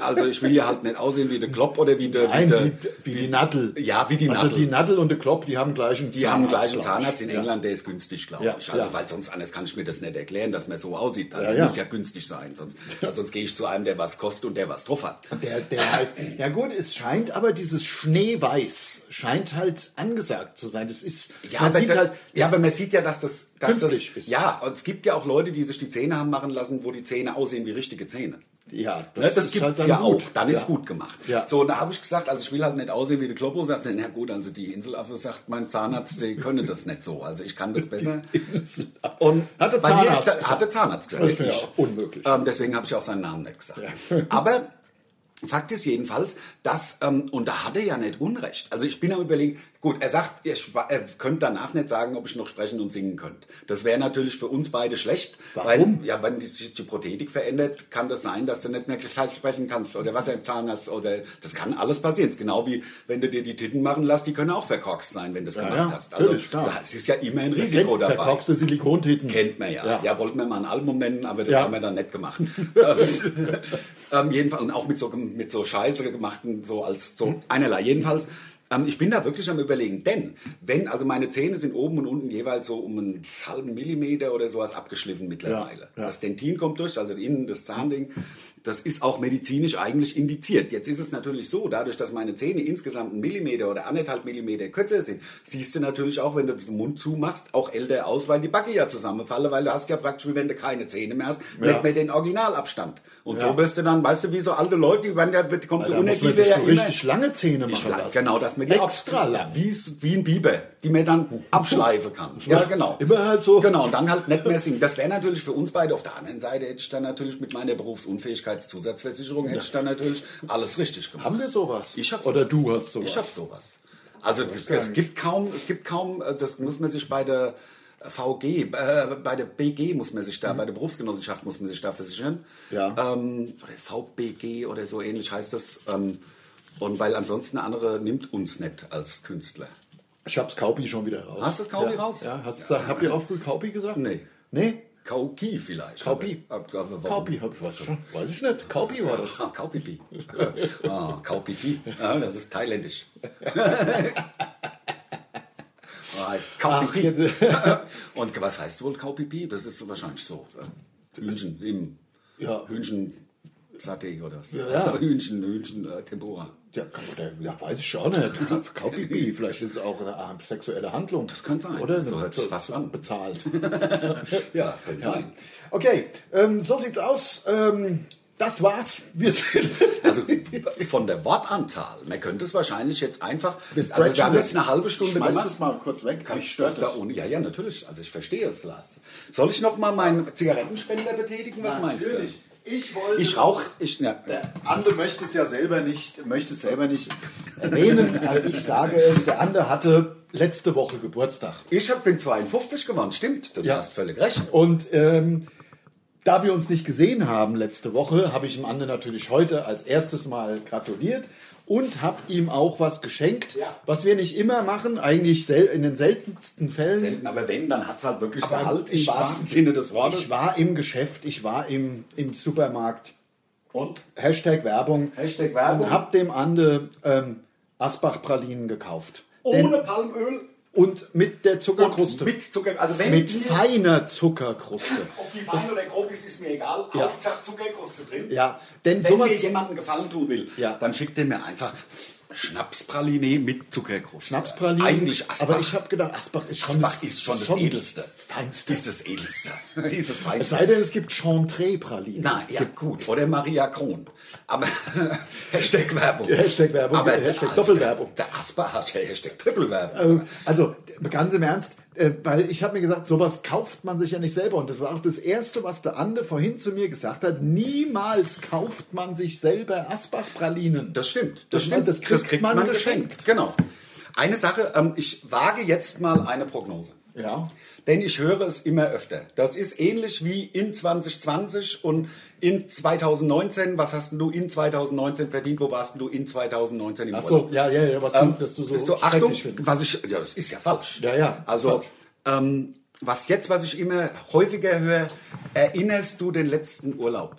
A: Also ich will ja halt nicht aussehen wie der Klopp oder wie der...
B: Nein,
A: der
B: wie, wie die Nadel.
A: Ja, wie die
B: also
A: Nadel.
B: die Nadel und der Klopp, die haben gleichen
A: Die haben gleich einen
B: glaub ich.
A: Zahnarzt in England, der ist günstig, glaube
D: Ja,
A: ich. Also,
D: ja.
A: weil sonst anders kann ich mir das nicht erklären, dass man so aussieht. Also,
D: Ja, ja.
A: muss ja günstig sein. Sonst, weil sonst gehe ich zu einem, der was kostet und der was drauf hat.
B: Der, der halt, ja gut, es scheint aber dieses Schneeweiß scheint halt angesagt zu sein. Das ist,
A: Ja,
B: man
A: aber,
B: sieht
A: da,
B: halt,
A: ja
B: es-
A: aber man sieht ja, dass das... Dass
B: künstlich
A: das,
B: ist.
A: Ja, und es gibt ja auch Leute, die sich die Zähne haben machen lassen, wo die Zähne aussehen wie richtige Zähne.
B: ja,
A: Das, ne, das
B: ist
A: gibt's
B: halt dann
A: ja
B: gut.
A: auch. Dann ist
B: Ja.
A: gut gemacht.
B: Ja.
A: So, und da habe ich gesagt, also ich will halt nicht aussehen wie der Kloppo. Sagt, er, na gut, also die Inselaffe sagt, mein Zahnarzt, die können das nicht so. Also ich kann das besser. Und
B: Hat der
A: bei mir
B: Zahnarzt
A: ist da-
B: gesagt.
A: Hat der Zahnarzt gesagt.
B: Das
A: nicht
B: wäre
A: ich.
B: unmöglich.
A: Ähm, deswegen habe ich auch seinen Namen nicht gesagt. Aber Fakt ist jedenfalls, dass, ähm, und da hat er ja nicht Unrecht. Also ich bin am überlegen, gut, er sagt, ihr schwa- er könnt danach nicht sagen, ob ich noch sprechen und singen könnte. Das wäre natürlich für uns beide schlecht.
B: Warum?
A: Weil, ja, wenn die, sich die Prothetik verändert, kann das sein, dass du nicht mehr gleich sprechen kannst oder was im Zahn hast oder das kann alles passieren. Es ist genau wie wenn du dir die Titten machen lässt, die können auch verkorkst sein, wenn du es gemacht
B: ja,
A: hast. Also
B: natürlich, klar.
A: ja, es ist ja immer ein
B: Kennt-
A: Risiko dabei.
B: Verkorkste Silikontitten.
A: Kennt man ja. ja. wollten wir mal ein Album nennen, aber das
B: Mhm. Ja.
A: haben wir dann nicht gemacht. ähm, jedenfalls, und auch mit so, mit so Scheiße gemachten, so als so
B: Mhm.
A: einerlei. Jedenfalls, ähm, ich bin da wirklich am überlegen, denn wenn, also meine Zähne sind oben und unten jeweils so um einen halben Millimeter oder sowas abgeschliffen mittlerweile.
B: Ja, ja.
A: Das Dentin kommt durch, also innen das Zahnding. Das ist auch medizinisch eigentlich indiziert. Jetzt ist es natürlich so, dadurch, dass meine Zähne insgesamt einen Millimeter oder anderthalb Millimeter kürzer sind, siehst du natürlich auch, wenn du den Mund zumachst, auch älter aus, weil die Backe ja zusammenfalle, weil du hast ja praktisch, wie wenn du keine Zähne mehr hast, nicht mehr den Originalabstand. Und so wirst du dann, weißt du, wie so alte Leute, die werden ja, wird- kommt
B: Da
A: die
B: muss man sich
A: Unergiebige ja
B: so
A: immer.
B: richtig lange Zähne
A: Ich
B: machen
A: lang-
B: lassen.
A: genau, dass man die
B: Extra
A: abs-
B: lang.
A: Wie, wie ein Biber, die man dann abschleifen kann. Ja, genau.
B: Immer halt so.
A: Genau, und dann halt nicht mehr singen. Das wäre natürlich für uns beide. Auf der anderen Seite hätte ich dann natürlich mit meiner Berufsunfähigkeitszusatzversicherung hätte ich dann natürlich alles richtig gemacht.
B: Haben wir sowas?
A: Ich hab
B: Oder
A: sowas.
B: du hast sowas?
A: Ich habe sowas. Also das, es gibt kaum, es gibt kaum, äh, das muss man sich bei der VG, äh, bei der BG muss man sich da, bei der Berufsgenossenschaft muss man sich da versichern.
B: Mhm. Ja.
A: Ähm, oder VBG oder so ähnlich heißt das. Ähm, und weil ansonsten eine andere nimmt uns nicht als Künstler.
B: Ich hab's Kaupi schon wieder raus.
A: Hast du's Kaupi
B: ja.
A: raus?
B: Ja, hast du gesagt, habt ihr auch früh Kaupi gesagt?
A: Nee.
B: Nee?
A: Kauki vielleicht.
B: Kaupi.
A: Aber- aber warum?
B: Kaupi, hab ich was schon. Weiß ich nicht. Kaupi war das.
A: Ah, Kaupipi. Ah, Kaupipi. Ah, das ist thailändisch. Ah, heißt Kaupipi. Und was heißt wohl Kaupipi? Das ist wahrscheinlich so. äh, Hühnchen im
B: Ja.
A: Hühnchen Saté oder was?
B: Ja, ja.
A: Also Hühnchen, Hühnchen äh, Tempura.
B: Ja, kann- oder, ja, weiß ich auch nicht. Kaupipi, vielleicht ist es auch eine Art sexuelle Handlung. Das
A: könnte sein.
B: Oder?
A: So hört sich was an.
B: Bezahlt.
A: Ja, kann
B: ja.
A: sein.
B: Okay, ähm, so sieht's aus. Ähm, das war's. Wir sind.
A: Also von der Wortanzahl, man könnte es wahrscheinlich jetzt einfach.
B: Bist
A: Also wir
B: Bratschen
A: haben jetzt eine halbe
C: Ich
A: Stunde
C: schmeiß
A: gemacht.
C: das mal kurz weg.
A: Kann
C: ich
A: ich
C: störe
A: doch da
C: das.
A: ohne? Ja, ja, natürlich. Also ich verstehe es, Lars. Soll ich noch mal meinen Zigarettenspender betätigen? Was meinst
C: Natürlich. Ich wollte.
A: du? Ich rauche. Ich, äh, ja,
C: Der andere möchte es ja selber nicht, möchte es selber nicht.
B: Erwähnen, also ich sage es, der Ander hatte letzte Woche Geburtstag.
A: ich hab, bin 52 geworden, stimmt. Das hast völlig recht.
B: Und ähm, da wir uns nicht gesehen haben letzte Woche, habe ich dem Ander natürlich heute als erstes Mal gratuliert und habe ihm auch was geschenkt,
A: Ja.
B: was wir nicht immer machen, eigentlich sel in den seltensten Fällen.
A: Selten, aber wenn, dann hat es halt wirklich
B: Aber
A: Gehalt im
B: ich war-
A: wahrsten Sinne des Wortes.
B: Ich war im Geschäft, ich war im, im Supermarkt.
A: Und?
B: Hashtag Werbung.
A: Hashtag Werbung.
B: Und hab dem Ande ähm, Asbach-Pralinen gekauft.
A: Ohne Palmöl
B: Und mit der Zuckerkruste.
A: und mit Zucker. Also wenn
B: mit
A: ihr-
B: feiner Zuckerkruste.
A: ob die fein oder grob ist, ist mir egal.
B: Ja.
A: Hauptsache Zuckerkruste drin.
B: Ja, denn
A: Wenn mir
B: sowas.
A: jemanden Gefallen tun will,
B: Ja.
A: dann schickt er mir einfach Schnapspraline mit Zuckerkruste.
B: Schnapspralinen.
A: Eigentlich Asbach.
B: Aber ich habe gedacht, Asbach ist schon
A: Asbach ist schon das Edelste.
B: Feinste.
A: ist das Edelste. ist das
B: Es
A: Feinste.
B: sei denn, es gibt Chantre-Pralinen.
A: Na ja, gut. Oder Maria Kron. Aber Hashtag Werbung.
B: Hashtag Werbung, Hashtag Doppelwerbung.
A: Der, der Asbach hat ja Hashtag Trippelwerbung.
B: Also, also, ganz im Ernst, Äh, weil ich habe mir gesagt, sowas kauft man sich ja nicht selber. Und das war auch das Erste, was der Ande vorhin zu mir gesagt hat. Niemals kauft man sich selber Asbach-Pralinen.
A: Das stimmt.
B: Das
A: stimmt.
B: man- das kriegt man geschenkt.
A: Genau. Eine Sache, ähm, ich wage jetzt mal eine Prognose.
B: Ja.
A: Denn ich höre es immer öfter. Das ist ähnlich wie in 2020 und in 2019. Was hast denn du in 2019 verdient? Wo warst denn du in 2019 im
B: Ach
A: Urlaub?
B: so, ja, ja, ja, was
A: Ähm,
B: du, dass du so,
A: ist so Achtung,
B: schrecklich findest.
A: was ich, ja, das ist ja falsch.
B: Ja, ja, ist
A: Also,
B: falsch.
A: ähm, was jetzt, was ich immer häufiger höre, erinnerst du den letzten Urlaub?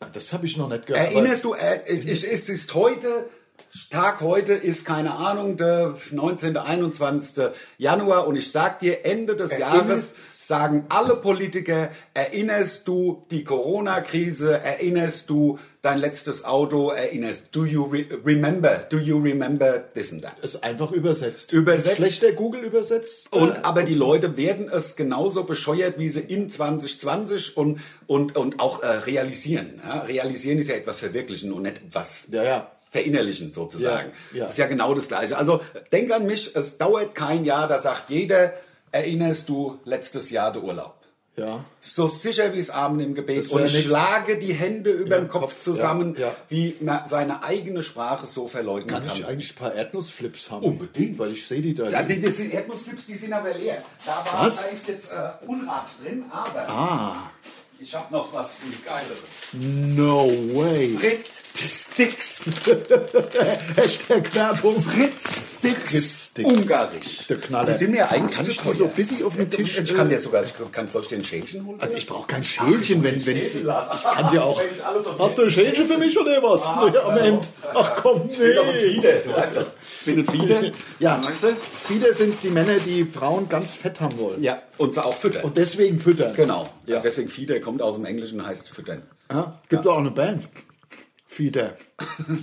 B: Ah, Das habe ich noch nicht gehört.
A: Erinnerst du, äh, es es ist heute, Tag heute ist, keine Ahnung, der 19., 21. Januar und ich sag dir, Ende des
B: Erinnerst-
A: Jahres sagen alle Politiker, erinnerst du die Corona-Krise, erinnerst du dein letztes Auto, erinnerst, do you re remember, do you remember this and that?
B: aber Ist einfach übersetzt.
A: Übersetzt.
B: Schlechter Google übersetzt.
A: Und, aber die Leute werden es genauso bescheuert, wie sie in 2020 und, und, und auch äh, realisieren. Ja? Realisieren ist ja etwas verwirklichen und nicht was
B: Ja, ja.
A: verinnerlichen sozusagen.
B: Ja, ja.
A: Ist ja genau das Gleiche. Also denk an mich, es dauert kein Jahr, da sagt jeder, erinnerst du letztes Jahr den Urlaub?
B: ja.
A: So sicher wie es Abend im Gebet.
B: Das wär
A: Und ich
B: nix.
A: schlage die Hände über den Kopf,
B: Kopf,
A: zusammen,
B: ja, ja.
A: wie man seine eigene Sprache so verleugnen
B: Kann
A: kann.
B: ich eigentlich ein paar Erdnussflips haben?
A: Unbedingt.
B: Weil ich sehe die da.
A: Da, Also, die, die sind Erdnussflips, die sind aber leer. Da, war,
B: Was?
A: da ist jetzt äh, Unrat drin, aber
B: Ah,
A: ich habe noch was viel Geileres.
B: no way.
A: Fritz-Sticks.
B: Hashtag Werbung.
A: Fritz-Sticks.
B: Fritz-Sticks.
A: Ungarisch.
B: Der Knaller.
A: Die sind mir eigentlich
B: Kann
A: zu
B: ich die
A: teuer.
B: so busy auf den Tisch- äh,
A: Ich kann dir sogar, ich kann, soll ich dir ein Schälchen holen?
B: Also ich brauche kein Schälchen, wenn, wenn ich, ich kann sie auch.
A: Wenn ich alles auf Ah,
B: Hast du ein Schälchen für mich oder was? nee, am Ende. Ach komm, nee.
A: du weißt doch. Ich bin ein Fieder.
B: Ja, viele sind die Männer, die Frauen ganz fett haben wollen.
A: Ja, und sie auch füttern.
B: Und deswegen füttern.
A: genau.
B: Ja.
A: Also deswegen Fieder kommt aus dem Englischen und heißt füttern.
B: Ja, gibt auch eine Band. Fieder.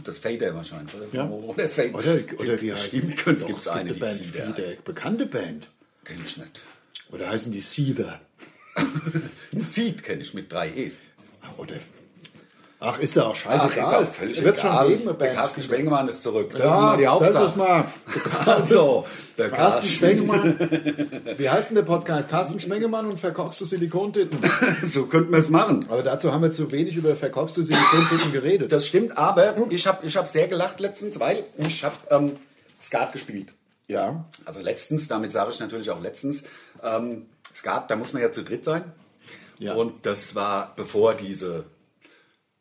A: Das Fader wahrscheinlich. Oder,
B: Ja.
A: oder Fader.
B: Oder, oder wie heißt
A: Stimmt, könnte
B: Doch,
A: gibt's
B: es
A: eine,
B: gibt eine
A: die
B: Band,
A: Fieder.
B: Fieder. Bekannte Band.
A: Kenn ich nicht.
B: Oder heißen die Seether?
A: Seed kenne ich mit drei E's. Also,
B: Oder. Ach, ist ja auch scheißegal. Wird schon leben, eine
A: der
B: Band.
A: Carsten Spengemann ist zurück. Das
B: Ja,
A: ist mal die Hauptsache.
B: Das ist mal.
A: Also, der
B: Carsten
A: Carsten.
B: Spengemann. Wie heißt denn der Podcast? Carsten Spengemann und verkorkste Silikontitten.
A: So könnten wir es machen.
B: Aber dazu haben wir zu wenig über verkorkste Silikontitten geredet.
A: Das stimmt, aber ich habe ich hab sehr gelacht letztens, weil ich habe ähm, Skat gespielt.
B: ja.
A: Also letztens, damit sage ich natürlich auch letztens, ähm, Skat, da muss man ja zu dritt sein.
B: Ja.
A: Und das war bevor diese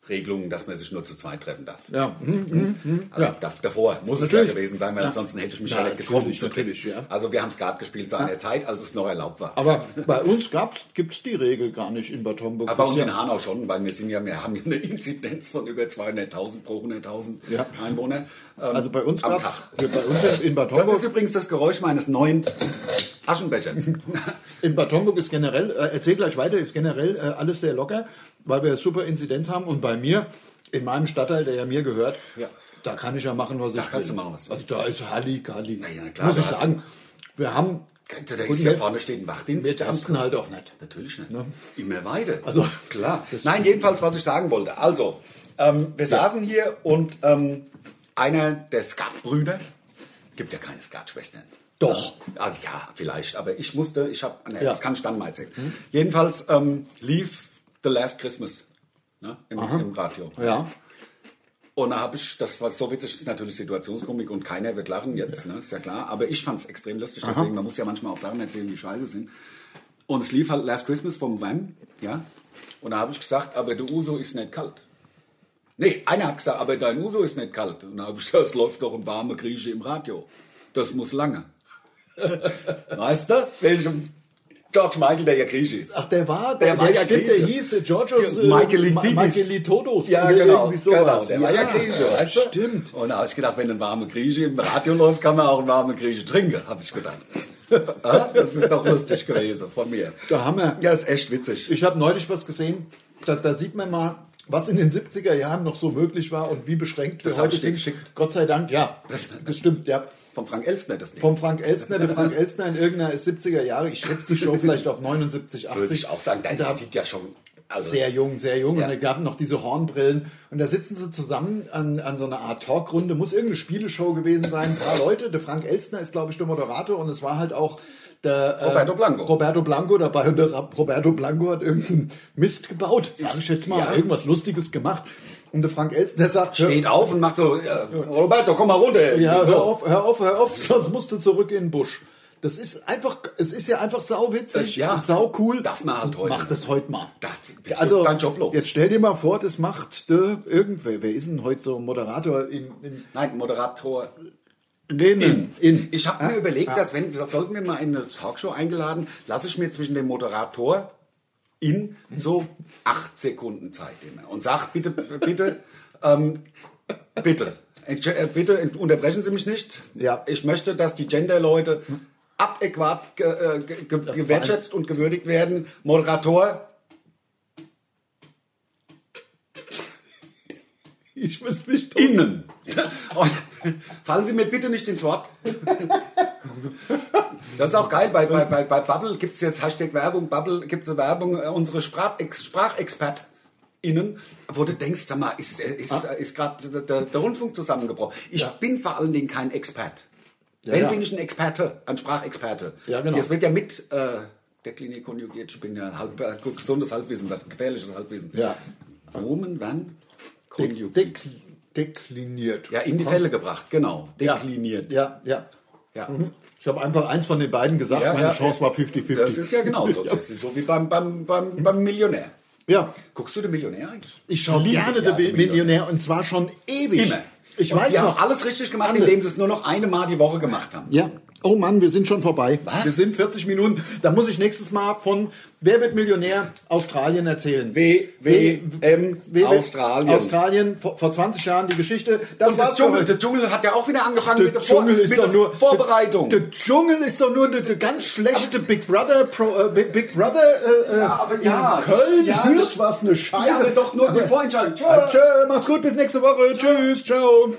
A: Regelung, dass man sich nur zu zweit treffen darf.
B: Ja. Hm, hm, hm.
A: Also dav- davor muss es
B: Natürlich.
A: ja gewesen sein, weil ansonsten hätte ich mich
B: Na,
A: ja nicht getroffen.
B: natürlich,
A: zu dritt.
B: natürlich, ja.
A: Also wir haben Skat gespielt zu einer Zeit, als es noch erlaubt war.
B: Aber bei uns gibt es die Regel gar nicht in Bad Homburg.
A: Aber bei
B: Das
A: uns
B: ist
A: in Hanau schon, weil wir sind ja, wir haben ja eine Inzidenz von über 200.000 pro 100.000
B: Ja.
A: Einwohner. ähm,
B: also bei uns
A: am
B: gab's-
A: Tag.
B: wir- bei uns in Bad
A: Das ist
B: Homburg.
A: übrigens das Geräusch meines neuen Aschenbechers.
B: In Bad Homburg ist generell, äh, erzähl gleich weiter, ist generell äh, alles sehr locker, weil wir super Inzidenz haben. Und bei mir, in meinem Stadtteil, der ja mir gehört,
A: Ja.
B: da kann ich ja machen, was ich will.
A: kannst du machen, was du
B: Also da ist Halligalli.
A: Na ja, klar,
B: Muss ich
A: da hast-
B: sagen. Wir haben.
A: da
B: Und
A: ist ja
B: wir-
A: vorne steht ein Wachdienst.
B: Wir testen halt auch nicht.
A: Natürlich nicht. Immer weiter.
B: Ne? Also,
A: klar.
B: das-
A: Nein, jedenfalls, was ich sagen wollte. Also, ähm, wir saßen hier und ähm, einer der Skatbrüder, gibt ja keine Skatschwestern.
B: Doch.
A: Also ja, vielleicht, aber ich musste, ich habe, ne,
B: Ja.
A: das kann ich dann mal erzählen. Jedenfalls ähm, lief The Last Christmas ne, im, im Radio.
B: Ja.
A: Und da habe ich, das war so witzig, das ist natürlich Situationskomik und keiner wird lachen jetzt, ne? ist ja klar. Aber ich fand es extrem lustig, deswegen, man muss ja manchmal auch Sachen erzählen, die scheiße sind. Und es lief halt Last Christmas vom Wham, ja. Und da habe ich gesagt, aber der Uso ist nicht kalt. Nee, einer hat gesagt, aber dein Uso ist nicht kalt. Und da habe ich gesagt, es läuft doch ein warme Grieche im Radio. Das muss lange. weißt du, welchem George Michael, der ja Grieche ist.
B: Ach, der war,
A: Der war ja
B: stimmt, der
A: Grieche.
B: hieß äh, Georgios äh,
A: Michaelitidis.
B: Ma- Michaelitodos.
A: Ja,
B: oder
A: genau.
B: Irgendwie sowas.
A: genau. Der war ja Grieche, weißt du?
B: Stimmt.
A: Und da habe ich gedacht, wenn ein warmer Grieche im Radio läuft, kann man auch einen warmen Grieche trinken, habe ich gedacht. Ah, das ist doch lustig gewesen von mir.
B: Da haben wir.
A: Ja, ist echt witzig.
B: Ich habe neulich was gesehen, da, da sieht man mal, was in den 70er Jahren noch so möglich war und wie beschränkt
A: Das
B: wir
A: hab
B: heute
A: ich dir
B: sind.
A: geschickt.
B: Gott sei Dank, ja, das, stimmt, ja.
A: Von Frank Elstner das Lied.
B: Vom Frank Elstner, der Frank Elstner in irgendeiner 70er Jahre, ich schätze die Show vielleicht auf 79, 80.
A: Würde ich auch sagen, der
B: da,
A: sieht ja schon Also,
B: Sehr jung, sehr jung.
A: Ja.
B: Und da gaben noch diese Hornbrillen. Und da sitzen sie zusammen an, an so einer Art Talkrunde. Muss irgendeine Spieleshow gewesen sein. Ein paar Leute. Der Frank Elstner ist, glaube ich, der Moderator. Und es war halt auch der äh,
A: Roberto Blanco.
B: Roberto Blanco dabei. Und der Ra- Roberto Blanco hat irgendeinen Mist gebaut. Sag ich jetzt mal.
A: Ja.
B: Irgendwas Lustiges gemacht. Und der Frank Elstner sagt, hör-
A: steht auf und macht so, äh, Roberto, komm mal runter.
B: ja, hör
A: so.
B: auf, hör auf, hör auf, sonst musst du zurück in den Busch. Das ist einfach, es ist ja einfach sauwitzig
A: Äh, ja.
B: und sau cool.
A: Darf man halt heute.
B: Mach das heute mal.
A: Darf- bist
B: also,
A: du dein Job los.
B: jetzt stell dir mal vor, das macht äh, irgendwer. Wer ist denn heute so Moderator in, in
A: Nein, Moderator.
B: Bremen? In.
A: Ich habe mir überlegt, dass wenn, das sollten wir mal in eine Talkshow eingeladen, lasse ich mir zwischen dem Moderator in so acht Sekunden Zeit immer und sag bitte, bitte, ähm, bitte, entsch- äh, bitte ent- unterbrechen Sie mich nicht.
B: Ja.
A: Ich möchte, dass die Gender-Leute adäquat ge, äh, ge, ge, gewertschätzt und gewürdigt werden. Moderator,
B: Ich müsste mich tot-
A: innen. Und Oh, fallen Sie mir bitte nicht ins Wort. Das ist auch geil. Bei, bei, bei, bei Bubble gibt es jetzt Hashtag Werbung, Bubble gibt es Werbung, äh, unsere Sprachex Sprachexpert. Innen, wo du denkst, sag mal, ist, äh,
B: Ah.
A: ist, äh, ist gerade der, der, der Rundfunk zusammengebrochen. Ich bin vor allen Dingen kein Expert.
B: Ja,
A: Wenn
B: ja.
A: bin ich ein Experte, ein Sprachexperte.
B: Ja, genau.
A: Das wird ja mit äh, der Klinik konjugiert. Ich bin ja halb, äh, gesundes Halbwissen, gefährliches Halbwissen.
B: Ja.
A: Nomen werden
B: De
A: konjugiert.
B: dek dekliniert.
A: Ja, in die Fälle gebracht, genau.
B: Ja.
A: Dekliniert.
B: Ja, Mhm. ja.
A: Ja.
B: Ich habe einfach eins von den beiden gesagt,
A: Ja,
B: meine
A: ja.
B: Chance war
A: Das
B: 50-50.
A: ist ja genauso. Das ist so wie beim, beim, beim, beim Millionär.
B: Ja,
A: Guckst du den Millionär eigentlich?
B: ich schaue
A: Liebe
B: gerne
A: ja,
B: der Millionär. Millionär und zwar schon ewig.
A: Immer.
B: Ich
A: Und
B: weiß
A: die
B: noch,
A: haben alles richtig gemacht,
B: Andere.
A: indem sie es nur noch eine Mal die Woche gemacht haben.
B: Ja. Oh Mann, wir sind schon vorbei.
A: Was?
B: Wir sind 40 Minuten. Da muss ich nächstes Mal von Wer wird Millionär Australien erzählen.
A: W- W- M- Australien.
B: Australien, vor, vor 20 Jahren die Geschichte. Das
A: Und der
B: war's für
A: Dschungel,
B: heute.
A: der Dschungel hat ja auch wieder angefangen mit
B: Der
A: der, Vor
B: Dschungel ist
A: mit der
B: doch nur
A: Vorbereitung.
B: Der, der Dschungel ist doch nur der, der ganz schlechte Big Brother Pro, äh, Big- Big Brother äh, äh,
A: aber ja,
B: in Köln.
A: ja,
B: Hürth
A: das-
B: war's eine
A: ja,
B: Scheiße.
A: aber doch nur die Vorentscheidung. Tschö.
B: Tschö, macht's gut bis nächste Woche. Tschüss, ciao.